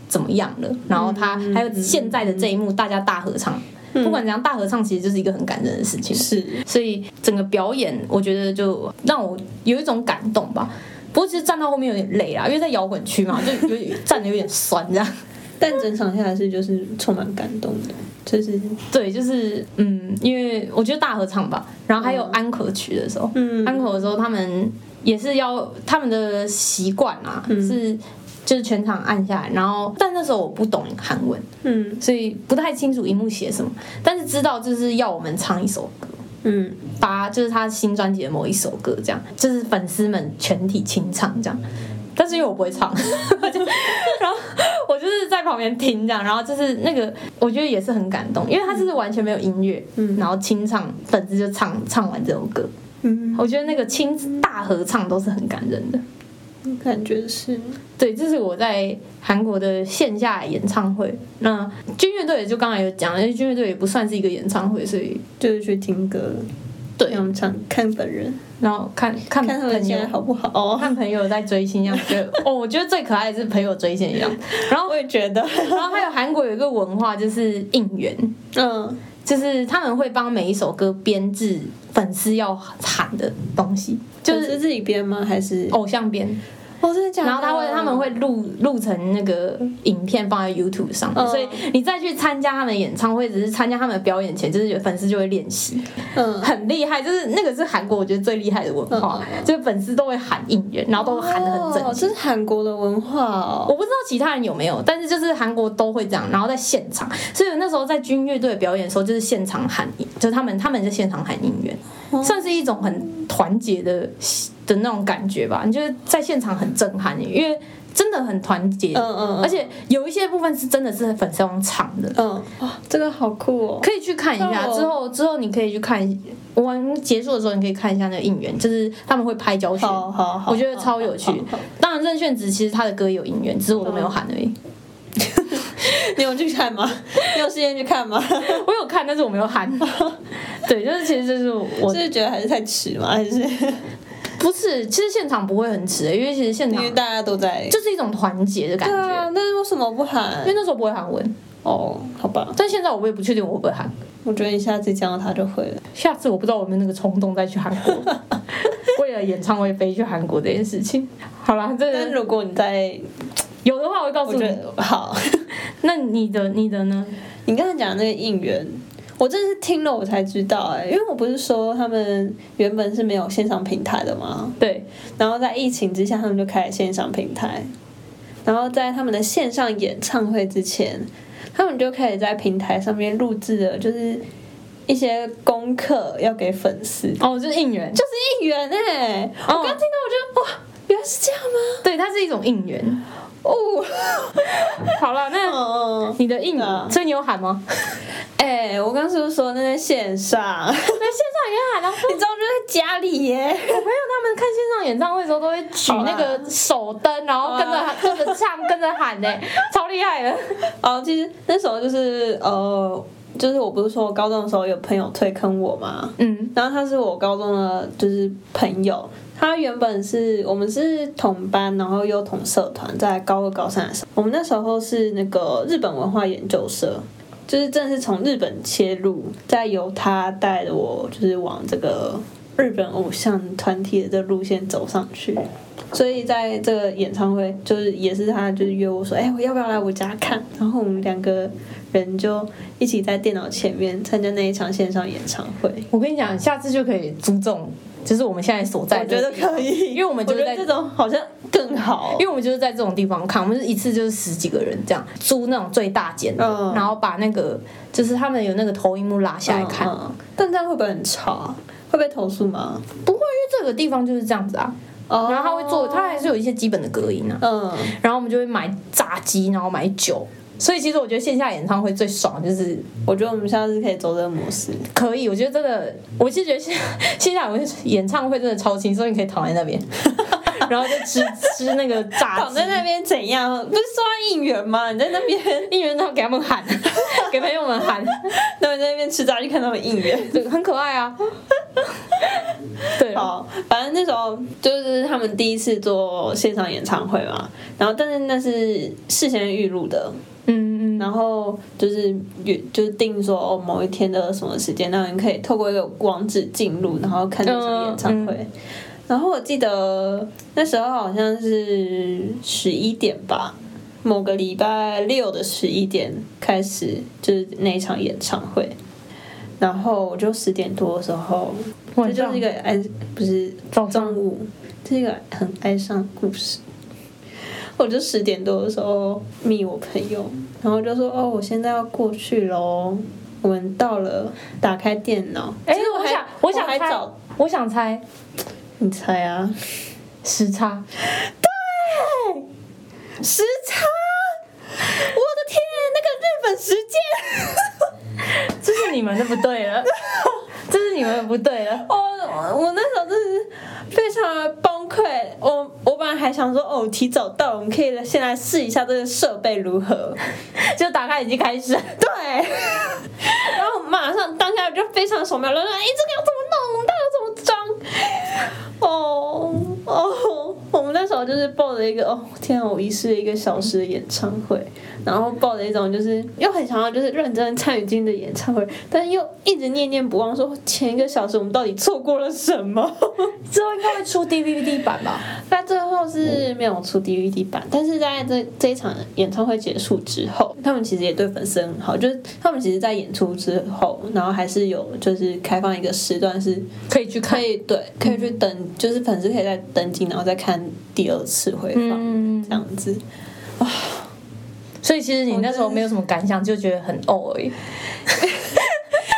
[SPEAKER 1] 怎么样了，然后他还有现在的这一幕，大家大合唱，不管怎样，大合唱其实就是一个很感人的事情。
[SPEAKER 2] 是
[SPEAKER 1] 所以整个表演，我觉得就让我有一种感动吧。不过其实站到后面有点累啦，因为在摇滚区嘛，就有点站的有点酸这样。
[SPEAKER 2] 但整场下来是就是充满感动的，就是
[SPEAKER 1] 对，就是嗯，因为我觉得大合唱吧，然后还有安可曲的时候，
[SPEAKER 2] 嗯
[SPEAKER 1] 安可的时候，他们也是要他们的习惯啊，是就是全场按下来，然后但那时候我不懂韩文，
[SPEAKER 2] 嗯
[SPEAKER 1] 所以不太清楚荧幕写什么，但是知道就是要我们唱一首歌，
[SPEAKER 2] 嗯
[SPEAKER 1] 把就是他新专辑的某一首歌，这样就是粉丝们全体清唱这样。但是因为我不会唱， 我就然后我就是在旁边听这样，然后就是那个我觉得也是很感动，因为他就是完全没有音乐，嗯，然后清唱粉丝就唱唱完这首歌，
[SPEAKER 2] 嗯，
[SPEAKER 1] 我觉得那个清大合唱都是很感人的。
[SPEAKER 2] 感觉是
[SPEAKER 1] 对，这是我在韩国的线下演唱会。那军乐队就刚才有讲，因为军乐队也不算是一个演唱会，所以
[SPEAKER 2] 就是去听歌，
[SPEAKER 1] 对
[SPEAKER 2] 让我们唱看本人，
[SPEAKER 1] 然后看看
[SPEAKER 2] 看他
[SPEAKER 1] 朋
[SPEAKER 2] 们现
[SPEAKER 1] 友
[SPEAKER 2] 在好不好哦。
[SPEAKER 1] 看朋友在追星一样， 觉得哦，我觉得最可爱的是朋友追星一样。然后
[SPEAKER 2] 我，也觉得，
[SPEAKER 1] 然后还有韩国有一个文化就是应援，
[SPEAKER 2] 嗯
[SPEAKER 1] 就是他们会帮每一首歌编制粉丝要喊的东西，就
[SPEAKER 2] 就是是自己编吗？还是
[SPEAKER 1] 偶像编。
[SPEAKER 2] 哦，真的假的？
[SPEAKER 1] 然后他会他们会录录成那个影片放在 YouTube 上，
[SPEAKER 2] 嗯
[SPEAKER 1] 所以你再去参加他们演唱会，只是参加他们表演前，就是有粉丝就会练习，
[SPEAKER 2] 嗯
[SPEAKER 1] 很厉害，就是那个是韩国我觉得最厉害的文化
[SPEAKER 2] 嗯嗯，嗯
[SPEAKER 1] 就是粉丝都会喊应援，然后都喊的很整
[SPEAKER 2] 哦
[SPEAKER 1] 齐。
[SPEAKER 2] 这是韩国的文化哦。
[SPEAKER 1] 我不知道其他人有没有，但是就是韩国都会这样，然后在现场，所以我那时候在军乐队表演的时候，就是现场喊，就是他们他们在现场喊应援，
[SPEAKER 2] 哦
[SPEAKER 1] 算是一种很团结的的那种感觉吧。你就是在现场很震撼，因为真的很团结，
[SPEAKER 2] 嗯嗯嗯
[SPEAKER 1] 而且有一些部分是真的是粉丝用唱的，
[SPEAKER 2] 嗯，哇，这个好酷哦！
[SPEAKER 1] 可以去看一下。
[SPEAKER 2] 哦
[SPEAKER 1] 之后之后你可以去看一，我们结束的时候你可以看一下那个应援，就是他们会拍教学，
[SPEAKER 2] 好好好，
[SPEAKER 1] 我觉得超有趣
[SPEAKER 2] 好好好。
[SPEAKER 1] 当然任炫子其实他的歌有应援，只是我都没有喊而已。
[SPEAKER 2] 你有去看吗？ 你有时间去看吗？
[SPEAKER 1] 我有看，但是我没有喊。 对，就是其实就是我
[SPEAKER 2] 是觉得还是太迟吗？还是
[SPEAKER 1] 不是，其实现场不会很迟、欸因为其实现
[SPEAKER 2] 因
[SPEAKER 1] 场
[SPEAKER 2] 为大家都在？
[SPEAKER 1] 就是一种团结的感
[SPEAKER 2] 对
[SPEAKER 1] 觉。
[SPEAKER 2] 啊，那为什么不喊
[SPEAKER 1] 因为？那时候不会韩文，
[SPEAKER 2] 哦，好吧，
[SPEAKER 1] 但现在我也不确定我会不会韩。
[SPEAKER 2] 我觉得你下次见到他就会了。
[SPEAKER 1] 下次我不知道我有没有那个冲动再去韩国， 为了演唱会飞去韩国这件事情。好啦，这
[SPEAKER 2] 但如果你在，
[SPEAKER 1] 有的话我会告
[SPEAKER 2] 我
[SPEAKER 1] 诉
[SPEAKER 2] 觉
[SPEAKER 1] 你。
[SPEAKER 2] 得好。
[SPEAKER 1] 那你的你的呢？
[SPEAKER 2] 你刚才讲的那个应援，我真的是听了我才知道哎、因为我不是说他们原本是没有线上平台的吗？
[SPEAKER 1] 对，
[SPEAKER 2] 然后在疫情之下，他们就开了线上平台，然后在他们的线上演唱会之前，他们就开始在平台上面录制了，就是一些功课要给粉丝，就
[SPEAKER 1] 哦，就是应援，
[SPEAKER 2] 是应援哎、
[SPEAKER 1] 哦
[SPEAKER 2] 我刚听到我就哇，原来是这样吗？
[SPEAKER 1] 对，它是一种应援。
[SPEAKER 2] 哦，
[SPEAKER 1] 好了，那
[SPEAKER 2] 嗯嗯，
[SPEAKER 1] 你的应
[SPEAKER 2] 对啊，
[SPEAKER 1] 所以你有喊 吗？
[SPEAKER 2] 哎、我刚是不是说那在线 上？
[SPEAKER 1] 那线上也喊啊，
[SPEAKER 2] 你知道就在家里耶，
[SPEAKER 1] 我朋友他们看线上演唱会的时候都会举那个手灯，然后跟着
[SPEAKER 2] 哇
[SPEAKER 1] 跟着唱，跟着 喊呢、超厉害的。
[SPEAKER 2] 哦，其实那时候就是呃，就是我不是说我高中的时候有朋友推坑我嘛，
[SPEAKER 1] 嗯，
[SPEAKER 2] 然后他是我高中的就是朋友，他原本是我们是同班，然后又同社团，在高二高三的时候，我们那时候是那个日本文化研究社。就是正是从日本切入，再由他带着我，就是往这个日本偶像团体的这路线走上去。所以在这个演唱会，就是也是他就是约我说，哎、我要不要来我家看？然后我们两个人就一起在电脑前面参加那一场线上演唱会。
[SPEAKER 1] 我跟你讲，下次就可以注重，就是我们现在所在
[SPEAKER 2] 我
[SPEAKER 1] 的
[SPEAKER 2] 觉
[SPEAKER 1] 地
[SPEAKER 2] 得
[SPEAKER 1] 方，
[SPEAKER 2] 可以，
[SPEAKER 1] 因为我们
[SPEAKER 2] 我
[SPEAKER 1] 就
[SPEAKER 2] 觉
[SPEAKER 1] 是
[SPEAKER 2] 得
[SPEAKER 1] 在
[SPEAKER 2] 这种好像更好，
[SPEAKER 1] 因为我们就是在这种地方看，我们是一次就是十几个人这样租那种最大间的，
[SPEAKER 2] 嗯
[SPEAKER 1] 然后把那个就是他们有那个投影幕拉下来看，
[SPEAKER 2] 嗯嗯但这样会不会很吵啊？会被投诉吗？
[SPEAKER 1] 不会，因为这个地方就是这样子啊。
[SPEAKER 2] 哦
[SPEAKER 1] 然后他会做，他还是有一些基本的隔音啊。
[SPEAKER 2] 嗯，
[SPEAKER 1] 然后我们就会买炸鸡，然后买酒。所以其实我觉得线下演唱会最爽，就是
[SPEAKER 2] 我觉得我们下次可以走这个模式。
[SPEAKER 1] 可以，我觉得真的，我是觉得 线线下演唱会真的超轻松，你可以躺在那边， 然后就吃吃那个炸
[SPEAKER 2] 躺
[SPEAKER 1] 鸡。
[SPEAKER 2] 啊在那边怎样？不是说要应援吗？你在那边，
[SPEAKER 1] 应援，然后给他们喊，给朋友们喊，
[SPEAKER 2] 那我在那边吃炸鸡，看他们应援。
[SPEAKER 1] 这个很可爱啊。 对，
[SPEAKER 2] 好，反正那时候就是他们第一次做现场演唱会嘛，然后但是那是事先预录的，
[SPEAKER 1] 嗯嗯，
[SPEAKER 2] 然后就是约就是定说哦某一天的什么时间，那你可以透过一个网址进入，然后看那场演唱会。然后我记得那时候好像是十一点吧，某个礼拜六的十一点开始就是那一场演唱会。然后我就十点多的时候，这
[SPEAKER 1] 晚
[SPEAKER 2] 就
[SPEAKER 1] 上
[SPEAKER 2] 是一个哀，不是
[SPEAKER 1] 早上
[SPEAKER 2] 中午，这是一个很哀伤的故事。我就十点多的时候密我朋友，然后就说哦，我现在要过去喽，我们到了，打开电脑。
[SPEAKER 1] 哎
[SPEAKER 2] 其实
[SPEAKER 1] 我
[SPEAKER 2] 还
[SPEAKER 1] 想
[SPEAKER 2] 我
[SPEAKER 1] 我想
[SPEAKER 2] 还
[SPEAKER 1] 猜
[SPEAKER 2] 找
[SPEAKER 1] 我想猜
[SPEAKER 2] 你猜啊，
[SPEAKER 1] 时差，
[SPEAKER 2] 时差，我的天，那个日本时 间。
[SPEAKER 1] 这是你们的不对了， 这是你们的不对了。
[SPEAKER 2] 哦，我那时候真的是非常的崩溃。我我本来还想说，哦，提早到，我们可以先来试一下这个设备如何。
[SPEAKER 1] 就打开已经开始，
[SPEAKER 2] 对，然后马上当下就非常手忙乱乱，哎，这个要怎么弄？我们到底要怎么装？哦哦，我们那时候就是抱着一个哦，天啊，我遗失了一个小时的演唱会，然后抱着一种就是又很想要就是认真参与进的演唱会，但又一直念念不忘说前一个小时我们到底错过了什么。
[SPEAKER 1] 之后应该会出 DVD 版吧？
[SPEAKER 2] 那最后是没有出 DVD 版，但是在
[SPEAKER 1] 嗯
[SPEAKER 2] 这这一场演唱会结束之后，他们其实也对粉丝很好，就是他们其实，在演出之后，然后还是有就是开放一个时段是
[SPEAKER 1] 可以去
[SPEAKER 2] 可
[SPEAKER 1] 看。嗯
[SPEAKER 2] 以对可以去登，就是粉丝可以再登记，然后再看第二次回放、
[SPEAKER 1] 嗯
[SPEAKER 2] 这，样子。
[SPEAKER 1] 所以其实你那时候没有什么感想，就觉得很呕而已。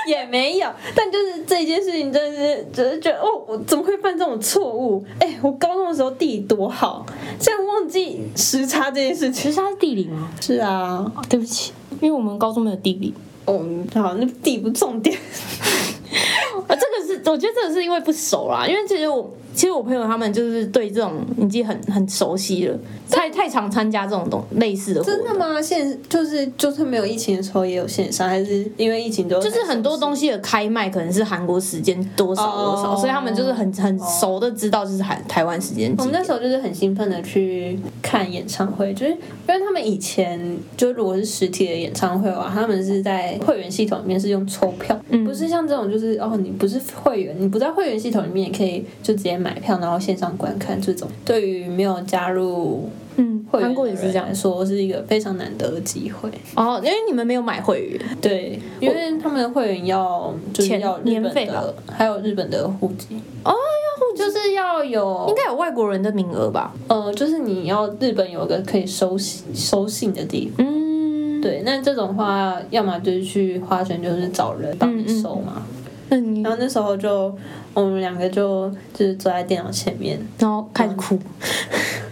[SPEAKER 2] 也没有，但就是这件事情，真的是只是觉得哦，我怎么会犯这种错误？哎，我高中的时候地理多好，竟然忘记时差这件事情。
[SPEAKER 1] 其实它是地理吗？
[SPEAKER 2] 是啊，
[SPEAKER 1] 哦对不起，因为我们高中没有地理。
[SPEAKER 2] 嗯，好，那地不重 点。
[SPEAKER 1] 啊，这个是我觉得这个是因为不熟啦，因为其实我其实我朋友他们就是对这种已经很很熟悉了，太太常参加这种东类似的活动，
[SPEAKER 2] 真的吗？线就是就算没有疫情的时候也有线上，还是因为疫情就
[SPEAKER 1] 就是很多东西的开卖可能是韩国时间多少多少
[SPEAKER 2] 哦
[SPEAKER 1] 所以他们就是很很熟的知道就是韩台湾时间
[SPEAKER 2] 我
[SPEAKER 1] 几
[SPEAKER 2] 们那
[SPEAKER 1] 点。
[SPEAKER 2] 时候就是很兴奋的去看演唱会，就是因为他们以前就如果是实体的演唱会的话，他们是在会员系统里面是用抽票，
[SPEAKER 1] 嗯
[SPEAKER 2] 不是像这种就是哦，你不是会员，你不在会员系统里面也可以就直接买票，然后线上观看这种。对于没有加入
[SPEAKER 1] 嗯，
[SPEAKER 2] 会员
[SPEAKER 1] 韩国也是这样
[SPEAKER 2] 来说，是一个非常难得的机会。
[SPEAKER 1] 哦，因为你们没有买会员，
[SPEAKER 2] 对，因为他们的会员要就是
[SPEAKER 1] 钱
[SPEAKER 2] 要日
[SPEAKER 1] 年
[SPEAKER 2] 本
[SPEAKER 1] 费吧
[SPEAKER 2] 的，还有日本的户籍
[SPEAKER 1] 哦
[SPEAKER 2] 要户就是要有
[SPEAKER 1] 应该有外国人的名额吧？
[SPEAKER 2] 呃，就是你要日本有个可以收信收信的地方。
[SPEAKER 1] 嗯，
[SPEAKER 2] 对，那这种话，要么就是去花钱，就是找人帮你收嘛。
[SPEAKER 1] 那你
[SPEAKER 2] 然后那时候就我们两个就就是坐在电脑前面，
[SPEAKER 1] 然后开始哭，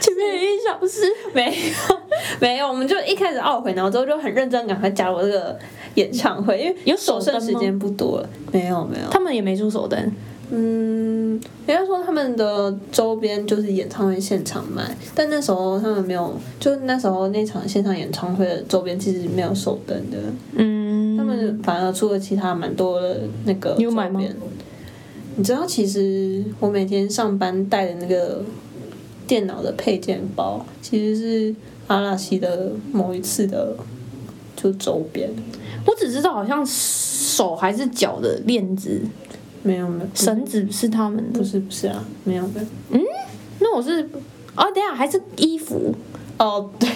[SPEAKER 1] 前面有一小时，
[SPEAKER 2] 没有没有，我们就一开始懊悔，然后之后就很认真赶快加入这个演唱会，因为
[SPEAKER 1] 有手
[SPEAKER 2] 所剩
[SPEAKER 1] 灯
[SPEAKER 2] 时
[SPEAKER 1] 吗
[SPEAKER 2] 间不多了。没有没有，
[SPEAKER 1] 他们也没出手灯，
[SPEAKER 2] 嗯，人家说他们的周边就是演唱会现场卖，但那时候他们没有，就那时候那场线上演唱会的周边其实没有手灯的，
[SPEAKER 1] 嗯，
[SPEAKER 2] 他们反而出了其他蛮多的那个周
[SPEAKER 1] 你有买
[SPEAKER 2] 边。
[SPEAKER 1] 吗
[SPEAKER 2] 你知道，其实我每天上班带的那个电脑的配件包，其实是阿拉西的某一次的就周边，
[SPEAKER 1] 我只知道好像手还是脚的链子、
[SPEAKER 2] 没有没有，
[SPEAKER 1] 绳子是他们
[SPEAKER 2] 不
[SPEAKER 1] 的。
[SPEAKER 2] 是不是啊，没有没有。
[SPEAKER 1] 那我是哦，等一下还是衣服
[SPEAKER 2] 哦，对。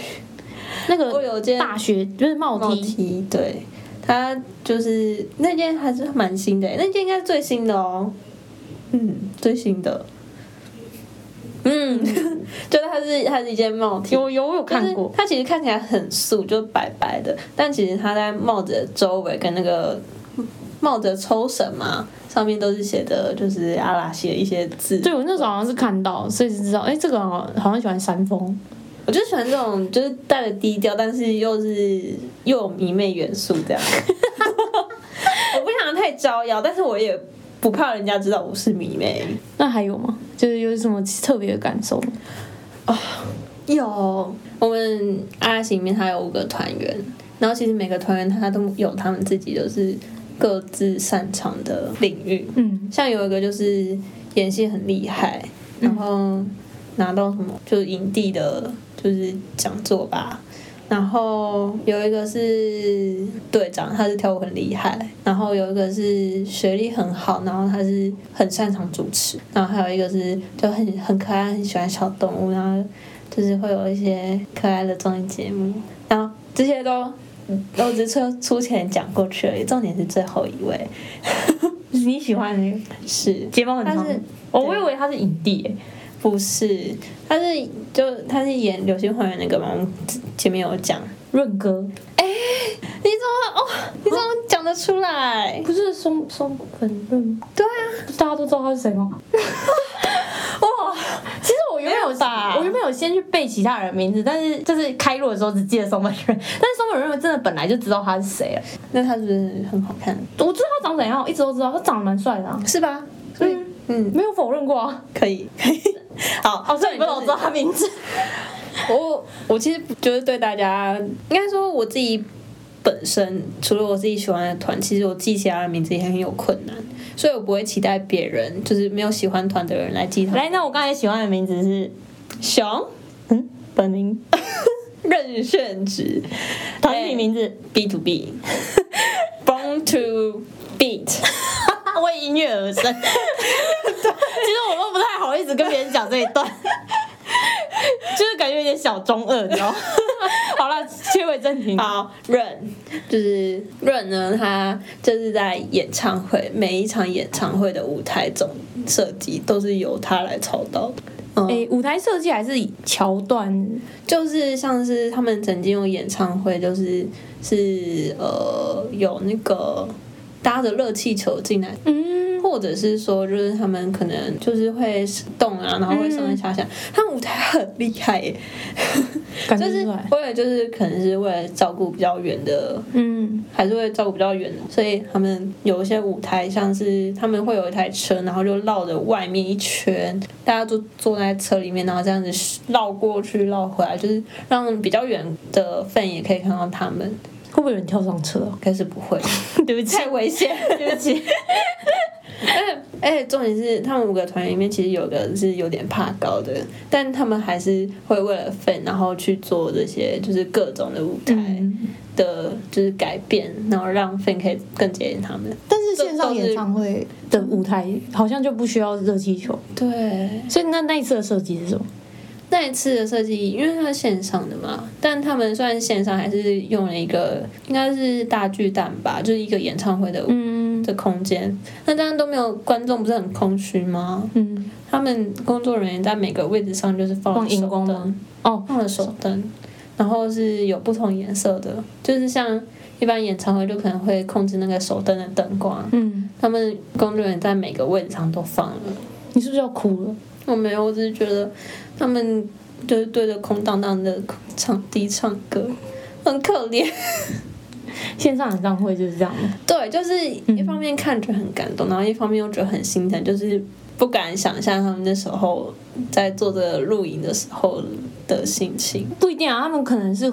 [SPEAKER 1] 那
[SPEAKER 2] 我
[SPEAKER 1] 个
[SPEAKER 2] 有件
[SPEAKER 1] 大学就是帽
[SPEAKER 2] 帽
[SPEAKER 1] 梯，
[SPEAKER 2] T，对，它就是那件还是蛮新的，欸那件应该是最新的哦，嗯，最新的，嗯， 就是它是它是一件帽 T，
[SPEAKER 1] 有有我有看
[SPEAKER 2] 就
[SPEAKER 1] 过
[SPEAKER 2] 是，它其实看起来很素，就白白的，但其实它在帽子的周围跟那个帽子的抽绳嘛，上面都是写的就是阿拉西的一些字，
[SPEAKER 1] 对我那时候好像是看到，所以就知道哎，这个好好像喜欢山峰，
[SPEAKER 2] 我就喜欢这种，就是带着低调，但是又是又有迷妹元素这样。我不想太招摇，但是我也不怕人家知道我是迷妹。
[SPEAKER 1] 那还有吗？就是有什么特别的感受吗？
[SPEAKER 2] 有，我们阿拉西里面它有五个团员，然后其实每个团员他都有他们自己就是各自擅长的领域。
[SPEAKER 1] 嗯，
[SPEAKER 2] 像有一个就是演戏很厉害，然后拿到什么就是营地的，就是讲座吧。然后有一个是队长，他是跳舞很厉害。然后有一个是学历很好，然后他是很擅长主持。然后还有一个是就很很可爱，很喜欢小动物，然后就是会有一些可爱的综艺节目。然后这些都都只是出出钱讲过去而已，重点是最后一位
[SPEAKER 1] 你喜欢那个
[SPEAKER 2] 是
[SPEAKER 1] 睫毛很
[SPEAKER 2] 他
[SPEAKER 1] 长
[SPEAKER 2] 是，
[SPEAKER 1] 哦，我以为他是影帝哎，
[SPEAKER 2] 不是，他是就他是演《流星花园》那个嘛，我们前面有讲。
[SPEAKER 1] 润哥
[SPEAKER 2] 你怎么哦？你怎么讲得出来？
[SPEAKER 1] 不是松松本润，
[SPEAKER 2] 对啊，
[SPEAKER 1] 大家都知道他是谁 吗？
[SPEAKER 2] 哇，
[SPEAKER 1] 其实我原本
[SPEAKER 2] 没有吧
[SPEAKER 1] 有，我原本有先去背其他人的名字，但是就是开录的时候只记得松本润，但是松本润真的本来就知道他是谁了。
[SPEAKER 2] 那他是不是很好看？
[SPEAKER 1] 我知道他长怎样，我一直都知道他长得蛮帅的、啊，
[SPEAKER 2] 是吧？所以嗯，
[SPEAKER 1] 没有否认过啊。
[SPEAKER 2] 可以 可以。好，
[SPEAKER 1] 哦，所以你们
[SPEAKER 2] 重点
[SPEAKER 1] 老
[SPEAKER 2] 就是
[SPEAKER 1] 知道他名字，
[SPEAKER 2] 我我其实就是对大家，应该说我自己本身除了我自己喜欢的团，其实我记其他的名字也很有困难，所以我不会期待别人就是没有喜欢团的人来记他们。
[SPEAKER 1] 来，那我刚才喜欢的名字是
[SPEAKER 2] 熊
[SPEAKER 1] 嗯本名，
[SPEAKER 2] 任炫植，
[SPEAKER 1] 团体名字，
[SPEAKER 2] B to B，Born to Beat。
[SPEAKER 1] 为音乐而生。其实我都不太好意思跟别人讲这一段， 就是感觉有点小中二，你知 道吗？好了，切回正题。
[SPEAKER 2] 好，润就是润呢，他就是在演唱会每一场演唱会的舞台总设计都是由他来操刀的。嗯
[SPEAKER 1] 诶、舞台设计还是桥段，
[SPEAKER 2] 就是像是他们曾经有演唱会，就是是呃有那个搭着热气球进来，
[SPEAKER 1] 嗯，
[SPEAKER 2] 或者是说就是他们可能就是会动啊，然后会上上下下，他们舞台很厉害耶，
[SPEAKER 1] 感
[SPEAKER 2] 就
[SPEAKER 1] 觉
[SPEAKER 2] 是
[SPEAKER 1] 出来，
[SPEAKER 2] 为了就是可能是为了照顾比较远的。
[SPEAKER 1] 嗯，
[SPEAKER 2] 还是会照顾比较远的，所以他们有一些舞台，像是他们会有一台车，然后就绕着外面一圈，大家就坐在车里面，然后这样子绕过去、绕回来，就是让比较远的 fan 也可以看到他们。
[SPEAKER 1] 会不会有人跳上车啊？
[SPEAKER 2] 可是不会，
[SPEAKER 1] 对不起，
[SPEAKER 2] 太危险。
[SPEAKER 1] 对不起，
[SPEAKER 2] 而且重点是，他们五个团员里面其实有个是有点怕高的，但他们还是会为了 fan，然后去做这些就是各种的舞台
[SPEAKER 1] 嗯，
[SPEAKER 2] 的，就是改变，然后让 fan 可以更接近他们。
[SPEAKER 1] 但是线上演唱会的舞台好像就不需要热气球，
[SPEAKER 2] 对，
[SPEAKER 1] 所以那那一次的设计是什么？
[SPEAKER 2] 那一次的设计，因为它是线上的嘛，但他们虽然线上，还是用了一个应该是大巨蛋吧，就是一个演唱会的、
[SPEAKER 1] 嗯
[SPEAKER 2] 的空间。那当然都没有观众，不是很空虚吗？
[SPEAKER 1] 嗯，
[SPEAKER 2] 他们工作人员在每个位置上就是放了
[SPEAKER 1] 放荧光
[SPEAKER 2] 手灯
[SPEAKER 1] 吗？哦，
[SPEAKER 2] 放了手灯，然后是有不同颜色的，就是像一般演唱会就可能会控制那个手灯的灯光，
[SPEAKER 1] 嗯，
[SPEAKER 2] 他们工作人员在每个位置上都放了。
[SPEAKER 1] 你是不是要哭了？
[SPEAKER 2] 我没有，我只是觉得他们就是对着空荡荡的场地唱歌，很可怜。
[SPEAKER 1] 线上演唱会就是这样吗？
[SPEAKER 2] 对，就是一方面看着很感动，然后一方面又觉得很心疼，就是不敢想象他们那时候在做这个录影的时候的心情。
[SPEAKER 1] 不一定啊，他们可能是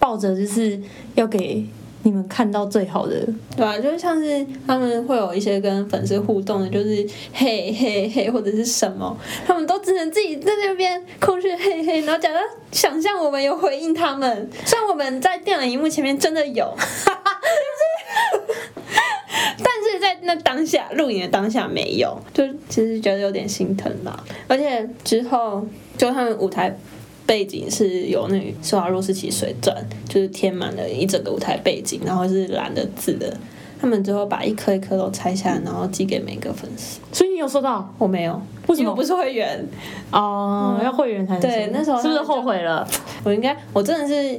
[SPEAKER 1] 抱着就是要给你们看到最好的，
[SPEAKER 2] 对啊，就像是他们会有一些跟粉丝互动的，就是嘿嘿嘿或者是什么，他们都只能自己在那边空虚嘿嘿，然后假装想象我们有回应他们，虽然我们在电脑荧幕前面真的有， 但是但是在那当下录影的当下没有，就其实觉得有点心疼啦。而且之后就他们舞台。背景是有那个施华洛世奇水钻，就是填满了一整个舞台背景，然后是蓝的字的。他们最后把一颗一颗都拆下来，然后寄给每个粉丝。
[SPEAKER 1] 所以你有收到
[SPEAKER 2] 我没有，
[SPEAKER 1] 为什么
[SPEAKER 2] 因我不是会员，
[SPEAKER 1] 哦，要会员才能收
[SPEAKER 2] 对那时候
[SPEAKER 1] 是不是
[SPEAKER 2] 他们就
[SPEAKER 1] 后悔了？
[SPEAKER 2] 我应该，我真的是，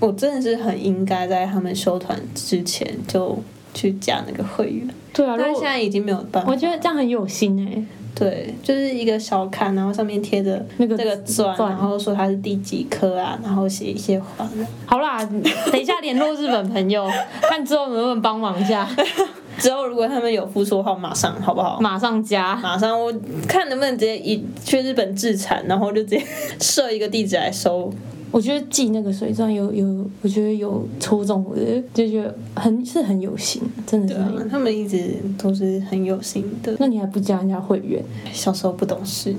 [SPEAKER 2] 我真的是很应该在他们休团之前就去加那个会员，
[SPEAKER 1] 对啊，
[SPEAKER 2] 但
[SPEAKER 1] 如
[SPEAKER 2] 是
[SPEAKER 1] 果
[SPEAKER 2] 现在已经没有办法。
[SPEAKER 1] 我觉得这样很有心哎、
[SPEAKER 2] 对，就是一个小卡，然后上面贴着
[SPEAKER 1] 那个
[SPEAKER 2] 这个钻，
[SPEAKER 1] 钻
[SPEAKER 2] 然后说它是第几颗啊，然后写一些话。
[SPEAKER 1] 好啦，等一下联络日本朋友， 看之后能不能帮忙一下，
[SPEAKER 2] 之后如果他们有付说号，马上好不好？
[SPEAKER 1] 马上加。
[SPEAKER 2] 马上我看能不能直接以去日本自产，然后就直接设一个地址来收。
[SPEAKER 1] 我觉得寄那个水钻有有，我觉得有戳中我的，就觉得很是很有心，真的是
[SPEAKER 2] 对啊
[SPEAKER 1] 很有心。，
[SPEAKER 2] 他们一直都是很有心的。
[SPEAKER 1] 那你还不加人家会员？
[SPEAKER 2] 小时候不懂事，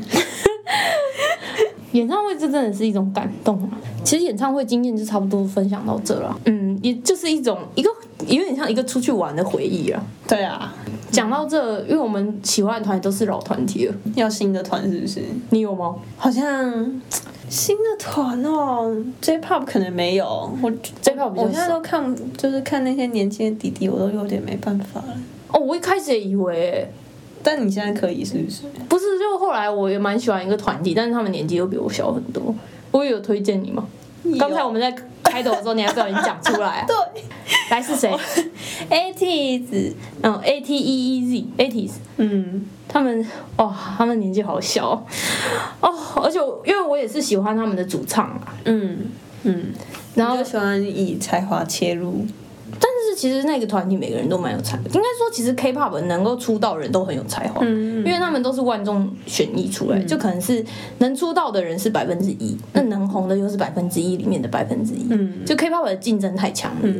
[SPEAKER 1] 演唱会这真的是一种感动啊！其实演唱会经验就差不多分享到这了，嗯，也就是一种一个有点像一个出去玩的回忆啊。
[SPEAKER 2] 对啊，
[SPEAKER 1] 讲到这，因为我们喜欢的团都是老团体了，
[SPEAKER 2] 要新的团是不是？
[SPEAKER 1] 你有吗？
[SPEAKER 2] 好像新的团哦，J-pop 可能没有。我
[SPEAKER 1] J-pop 比较
[SPEAKER 2] 我现在
[SPEAKER 1] 少
[SPEAKER 2] 都看，就是看那些年轻的弟弟，我都有点没办法了。
[SPEAKER 1] 哦，我一开始也以为欸、
[SPEAKER 2] 但你现在可以是不是？
[SPEAKER 1] 不是，就后来我也蛮喜欢一个团体，但是他们年纪又比我小很多。我也有推荐你吗？刚才我们在开头的时候，你还不小心讲出 来、啊。
[SPEAKER 2] 对
[SPEAKER 1] 来是 谁？
[SPEAKER 2] ATEEZ，
[SPEAKER 1] 嗯，A T E E Z A T S。
[SPEAKER 2] 嗯，
[SPEAKER 1] 他们哇，他们年纪好小哦，哦而且我因为我也是喜欢他们的主唱啊，
[SPEAKER 2] 嗯嗯，
[SPEAKER 1] 然后
[SPEAKER 2] 我就喜欢以才华切入。
[SPEAKER 1] 但是其实那个团体每个人都蛮有才，应该说其实 K-pop 能够出道的人都很有才华，
[SPEAKER 2] 嗯
[SPEAKER 1] 因为他们都是万众选一出来，就可能是能出道的人是百分之一，那能红的又是百分之一里面的百分之一，
[SPEAKER 2] 嗯
[SPEAKER 1] 就 K-pop 的竞争太强烈了。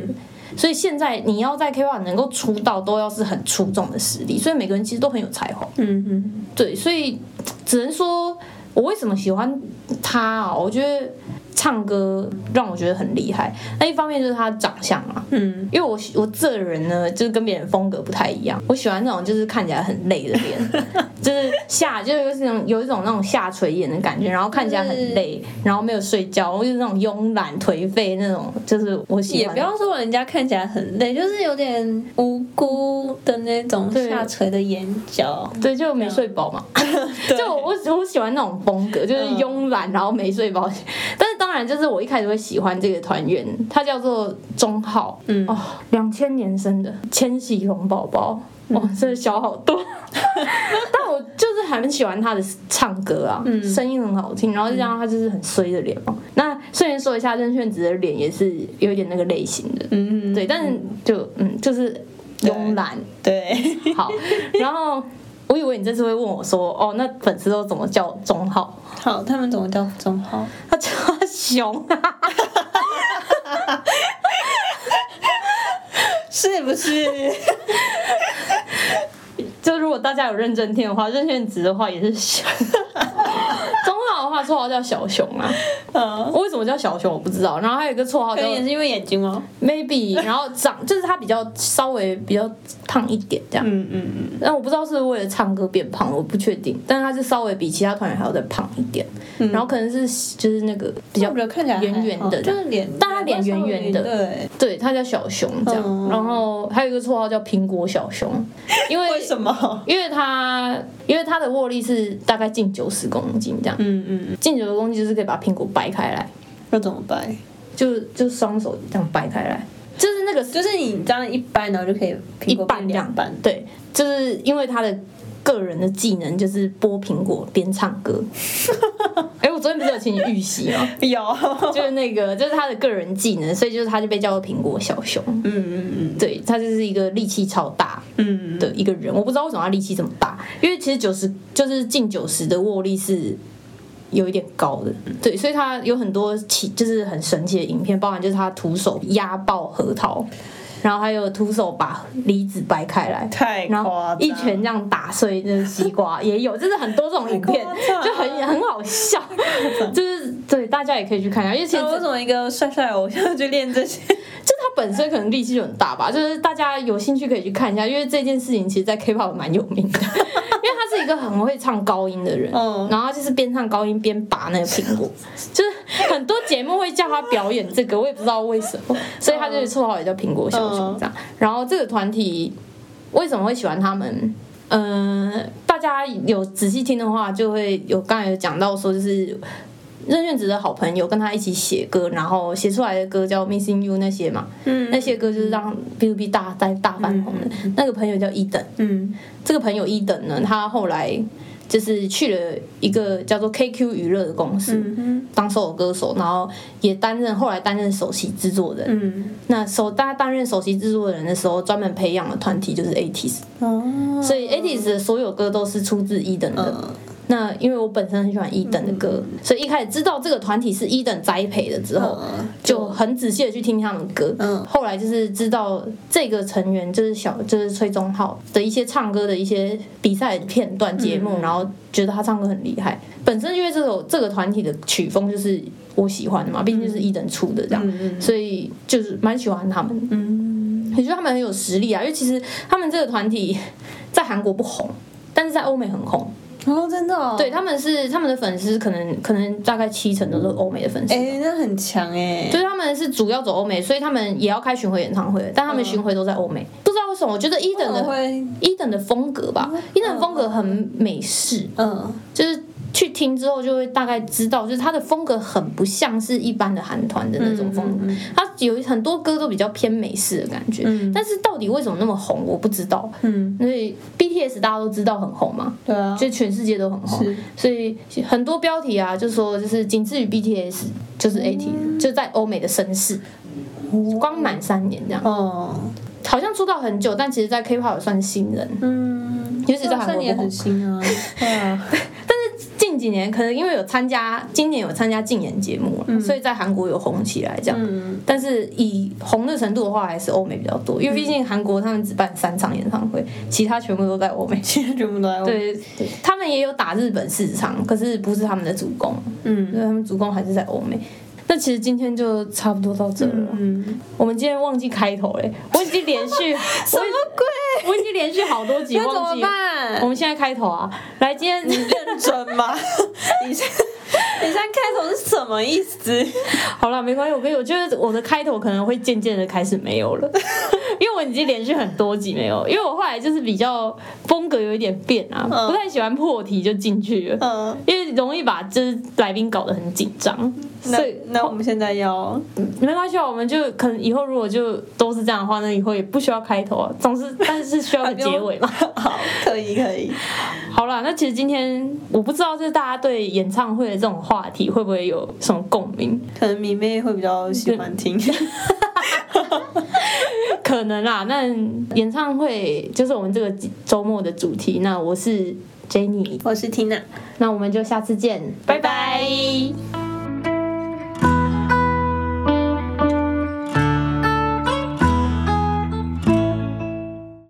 [SPEAKER 1] 所以现在你要在 K-pop 能够出道，都要是很出众的实力，所以每个人其实都很有才华。
[SPEAKER 2] 嗯嗯。
[SPEAKER 1] 对，所以只能说我为什么喜欢他啊？我觉得唱歌让我觉得很厉害。那一方面就是他长相啊，
[SPEAKER 2] 嗯，
[SPEAKER 1] 因为我喜我这个人呢，就是跟别人风格不太一样。我喜欢那种就是看起来很累的 脸，就是下就是有一种有一种那种下垂眼的感觉，然后看起来很累，然后没有睡觉，就是那种慵懒颓废那种，就是我喜
[SPEAKER 2] 也
[SPEAKER 1] 欢
[SPEAKER 2] 不。要说人家看起来很累，就是有点无辜的那种
[SPEAKER 1] 对
[SPEAKER 2] 下垂的眼角，
[SPEAKER 1] 对，就没睡饱嘛。 就我我我喜欢那种风格，就是
[SPEAKER 2] 嗯
[SPEAKER 1] 慵懒，然后没睡饱。但是当然，就是我一开始会喜欢这个团员，他叫做钟浩，
[SPEAKER 2] 嗯
[SPEAKER 1] 哦，两千年生的千禧龙宝宝，
[SPEAKER 2] 嗯
[SPEAKER 1] 哇，真的小好多。 但我就是很喜欢他的唱歌啊，
[SPEAKER 2] 嗯
[SPEAKER 1] 声音很好听，然后再加上他就是很衰的脸嘛。那顺便说一下，任炫子的脸也是有一点那个类型的，
[SPEAKER 2] 嗯，
[SPEAKER 1] 对，但是就嗯，就是
[SPEAKER 2] 对
[SPEAKER 1] 慵懒。
[SPEAKER 2] 对，
[SPEAKER 1] 好，然后我以为你这次会问我说，哦，那粉丝都怎么叫钟浩？
[SPEAKER 2] 好，他们怎么叫中号？
[SPEAKER 1] 他叫他熊啊，
[SPEAKER 2] 是不 是？
[SPEAKER 1] 就如果大家有认真听的话，任炫子的话也是熊， 钟浩的话绰号叫小熊啊。
[SPEAKER 2] 嗯，
[SPEAKER 1] 为什么叫小熊我不知道。然后还有一个绰号
[SPEAKER 2] 可
[SPEAKER 1] 叫
[SPEAKER 2] 能也是因为眼睛吗？
[SPEAKER 1] Maybe，然后长就是他比较稍微比较胖一点这样。
[SPEAKER 2] 嗯嗯嗯，
[SPEAKER 1] 但我不知道是不是为了唱歌变胖，我不确定。但是他是稍微比其他团员还要再胖一点，
[SPEAKER 2] 嗯
[SPEAKER 1] 然后可能是就是那个比
[SPEAKER 2] 比
[SPEAKER 1] 较
[SPEAKER 2] 较看起来还
[SPEAKER 1] 圆圆的
[SPEAKER 2] 好
[SPEAKER 1] 这
[SPEAKER 2] 就
[SPEAKER 1] 样
[SPEAKER 2] 是脸，
[SPEAKER 1] 但他脸圆圆的
[SPEAKER 2] 对，
[SPEAKER 1] 对，他叫小熊这样，
[SPEAKER 2] 嗯
[SPEAKER 1] 然后还有一个绰号叫苹果小熊，因为
[SPEAKER 2] 为什么？
[SPEAKER 1] 因为他因为他的握力是大概近九十公斤这样，
[SPEAKER 2] 嗯嗯，嗯
[SPEAKER 1] 近九十公斤就是可以把苹果掰开来，
[SPEAKER 2] 那怎么办？
[SPEAKER 1] 就就双手这样掰开来，就是那个
[SPEAKER 2] 就是你这样一掰，然后就可以
[SPEAKER 1] 一
[SPEAKER 2] 苹果
[SPEAKER 1] 半
[SPEAKER 2] 变
[SPEAKER 1] 这样
[SPEAKER 2] 两半，
[SPEAKER 1] 对，就是因为他的个人的技能就是剥苹果边唱 歌。哎、我昨天不是有请你预习吗？
[SPEAKER 2] 有，
[SPEAKER 1] 就是那个，就是他的个人技能，所以就是他就被叫做苹果小熊。
[SPEAKER 2] 嗯嗯嗯
[SPEAKER 1] 对他就是一个力气超大，
[SPEAKER 2] 嗯，
[SPEAKER 1] 的一个人，我不知道为什么他力气这么大，因为其实九十就是近九十的握力是有一点高的，
[SPEAKER 2] 嗯
[SPEAKER 1] 对，所以他有很多奇就是很神奇的影片，包含就是他徒手压爆核桃，然后还有徒手把梨子掰开来。
[SPEAKER 2] 太
[SPEAKER 1] 然
[SPEAKER 2] 夸
[SPEAKER 1] 后
[SPEAKER 2] 张，
[SPEAKER 1] 一拳这样打碎那个西瓜也有，就是很多这种影片
[SPEAKER 2] 太夸张了
[SPEAKER 1] 就很很好笑，就是对大家也可以去看一下，因为其实
[SPEAKER 2] 那为什么一个帅帅的偶像去练这些？
[SPEAKER 1] 就他本身可能力气就很大吧，就是大家有兴趣可以去看一下，因为这件事情其实，在 K-pop 蛮有名的，因为他是一个很会唱高音的人，
[SPEAKER 2] 嗯
[SPEAKER 1] 然后他就是边唱高音边拔那个苹果，就是很多节目会叫他表演这个，我也不知道为什么，所以他就是绰号也叫苹果小熊这样。
[SPEAKER 2] 嗯
[SPEAKER 1] 然后这个团体为什么会喜欢他们？嗯、大家有仔细听的话，就会有刚才有讲到说，就是任炫子的好朋友跟他一起写歌，然后写出来的歌叫《Missing You》那些嘛，
[SPEAKER 2] 嗯
[SPEAKER 1] 那些歌就是让 B to B 大大大翻红的。那个朋友叫伊等，
[SPEAKER 2] 嗯
[SPEAKER 1] 这个朋友伊等呢，他后来就是去了一个叫做 KQ 娱乐的公司。
[SPEAKER 2] 嗯
[SPEAKER 1] 当首首歌手，然后也担任后来担任首席制作人。
[SPEAKER 2] 嗯
[SPEAKER 1] 那首大家担任首席制作人的时候，专门培养的团体就是 ATEEZ，、
[SPEAKER 2] 哦，
[SPEAKER 1] 所以 ATEEZ 的所有歌都是出自一等的。
[SPEAKER 2] 嗯
[SPEAKER 1] 那因为我本身很喜欢一等的歌，所以一开始知道这个团体是一等栽培的之后，
[SPEAKER 2] 嗯
[SPEAKER 1] 就很仔细的去听他们歌。
[SPEAKER 2] 嗯
[SPEAKER 1] 后来就是知道这个成员就是小就是崔宗浩的一些唱歌的一些比赛片段节
[SPEAKER 2] 嗯
[SPEAKER 1] 目，然后觉得他唱歌很厉害。本身因为这首这个团体的曲风就是我喜欢的嘛，毕竟就是一等出的这样，
[SPEAKER 2] 嗯
[SPEAKER 1] 所以就是蛮喜欢他们的。
[SPEAKER 2] 嗯
[SPEAKER 1] 也觉得他们很有实力啊，因为其实他们这个团体在韩国不红，但是在欧美很红。
[SPEAKER 2] 哦，真的哦，
[SPEAKER 1] 对，，他们是他们的粉丝可能可能大概七成都是欧美的粉丝，
[SPEAKER 2] 哎，那很强哎，
[SPEAKER 1] 所以他们是主要走欧美，所以他们也要开巡回演唱会，但他们巡回都在欧美。不知道为什么，我觉得一等
[SPEAKER 2] 怎么
[SPEAKER 1] 的
[SPEAKER 2] 会
[SPEAKER 1] 一等的风格吧，一等的风格很美式，
[SPEAKER 2] 嗯
[SPEAKER 1] 就是去听之后就会大概知道，就是他的风格很不像是一般的韩团的那种风格，他有很多歌都比较偏美式的感觉。
[SPEAKER 2] 嗯
[SPEAKER 1] 但是到底为什么那么红，我不知道。
[SPEAKER 2] 嗯，
[SPEAKER 1] 所以 BTS 大家都知道很红嘛，
[SPEAKER 2] 对啊，
[SPEAKER 1] 就全世界都很红
[SPEAKER 2] 是，
[SPEAKER 1] 所以很多标题啊，就说就是仅次于 BTS，就是
[SPEAKER 2] 嗯
[SPEAKER 1] AT，、就在欧美的声势，光满三年这样，
[SPEAKER 2] 哦，
[SPEAKER 1] 好像出道很久，但其实在 K-pop 也算新人。
[SPEAKER 2] 嗯，
[SPEAKER 1] 尤其在韩国
[SPEAKER 2] 算你也很新啊， 对啊，
[SPEAKER 1] 近几年可能因为有参加，今年有参加竞演节目、了，所以在韩国有红起来这样。
[SPEAKER 2] 嗯
[SPEAKER 1] 但是以红的程度的话，还是欧美比较多，因为毕竟韩国他们只办三场演唱会，其他全部都在欧美。
[SPEAKER 2] 现在全部都在问，
[SPEAKER 1] 对，他们也有打日本市场，可是不是他们的主攻，
[SPEAKER 2] 嗯
[SPEAKER 1] 因为他们主攻还是在欧美。那其实今天就差不多到这了。
[SPEAKER 2] 嗯，
[SPEAKER 1] 我们今天忘记开头嘞，我已经连续什
[SPEAKER 2] 什么鬼？
[SPEAKER 1] 我已经连续好多集
[SPEAKER 2] 那怎
[SPEAKER 1] 忘
[SPEAKER 2] 么
[SPEAKER 1] 记。
[SPEAKER 2] 办？嗯
[SPEAKER 1] 我们现在开头啊，来，今天
[SPEAKER 2] 认真吗？ 你现你现在开头是什么意思？
[SPEAKER 1] 好了，没关系，我跟你，我觉得我的开头可能会渐渐的开始没有 了，因为我已经连续很多集没有，因为我后来就是比较风格有一点变啊，
[SPEAKER 2] 嗯
[SPEAKER 1] 不太喜欢破题就进去了，
[SPEAKER 2] 嗯，
[SPEAKER 1] 因为容易把就是来宾搞得很紧张，
[SPEAKER 2] 那
[SPEAKER 1] 所以
[SPEAKER 2] 那我们现在要
[SPEAKER 1] 没关系啊，我们就可能以后如果就都是这样的话，那以后也不需要开头啊，总是但是需要个结尾嘛。
[SPEAKER 2] 好，可以可以。
[SPEAKER 1] 好啦，那其实今天我不知道，就是大家对演唱会的这种话题会不会有什么共鸣？
[SPEAKER 2] 可能迷妹会比较喜欢听。
[SPEAKER 1] 可能啦，那演唱会就是我们这个周末的主题。那我是 Jenny，
[SPEAKER 2] 我是 Tina，
[SPEAKER 1] 那我们就下次见，拜拜
[SPEAKER 2] 拜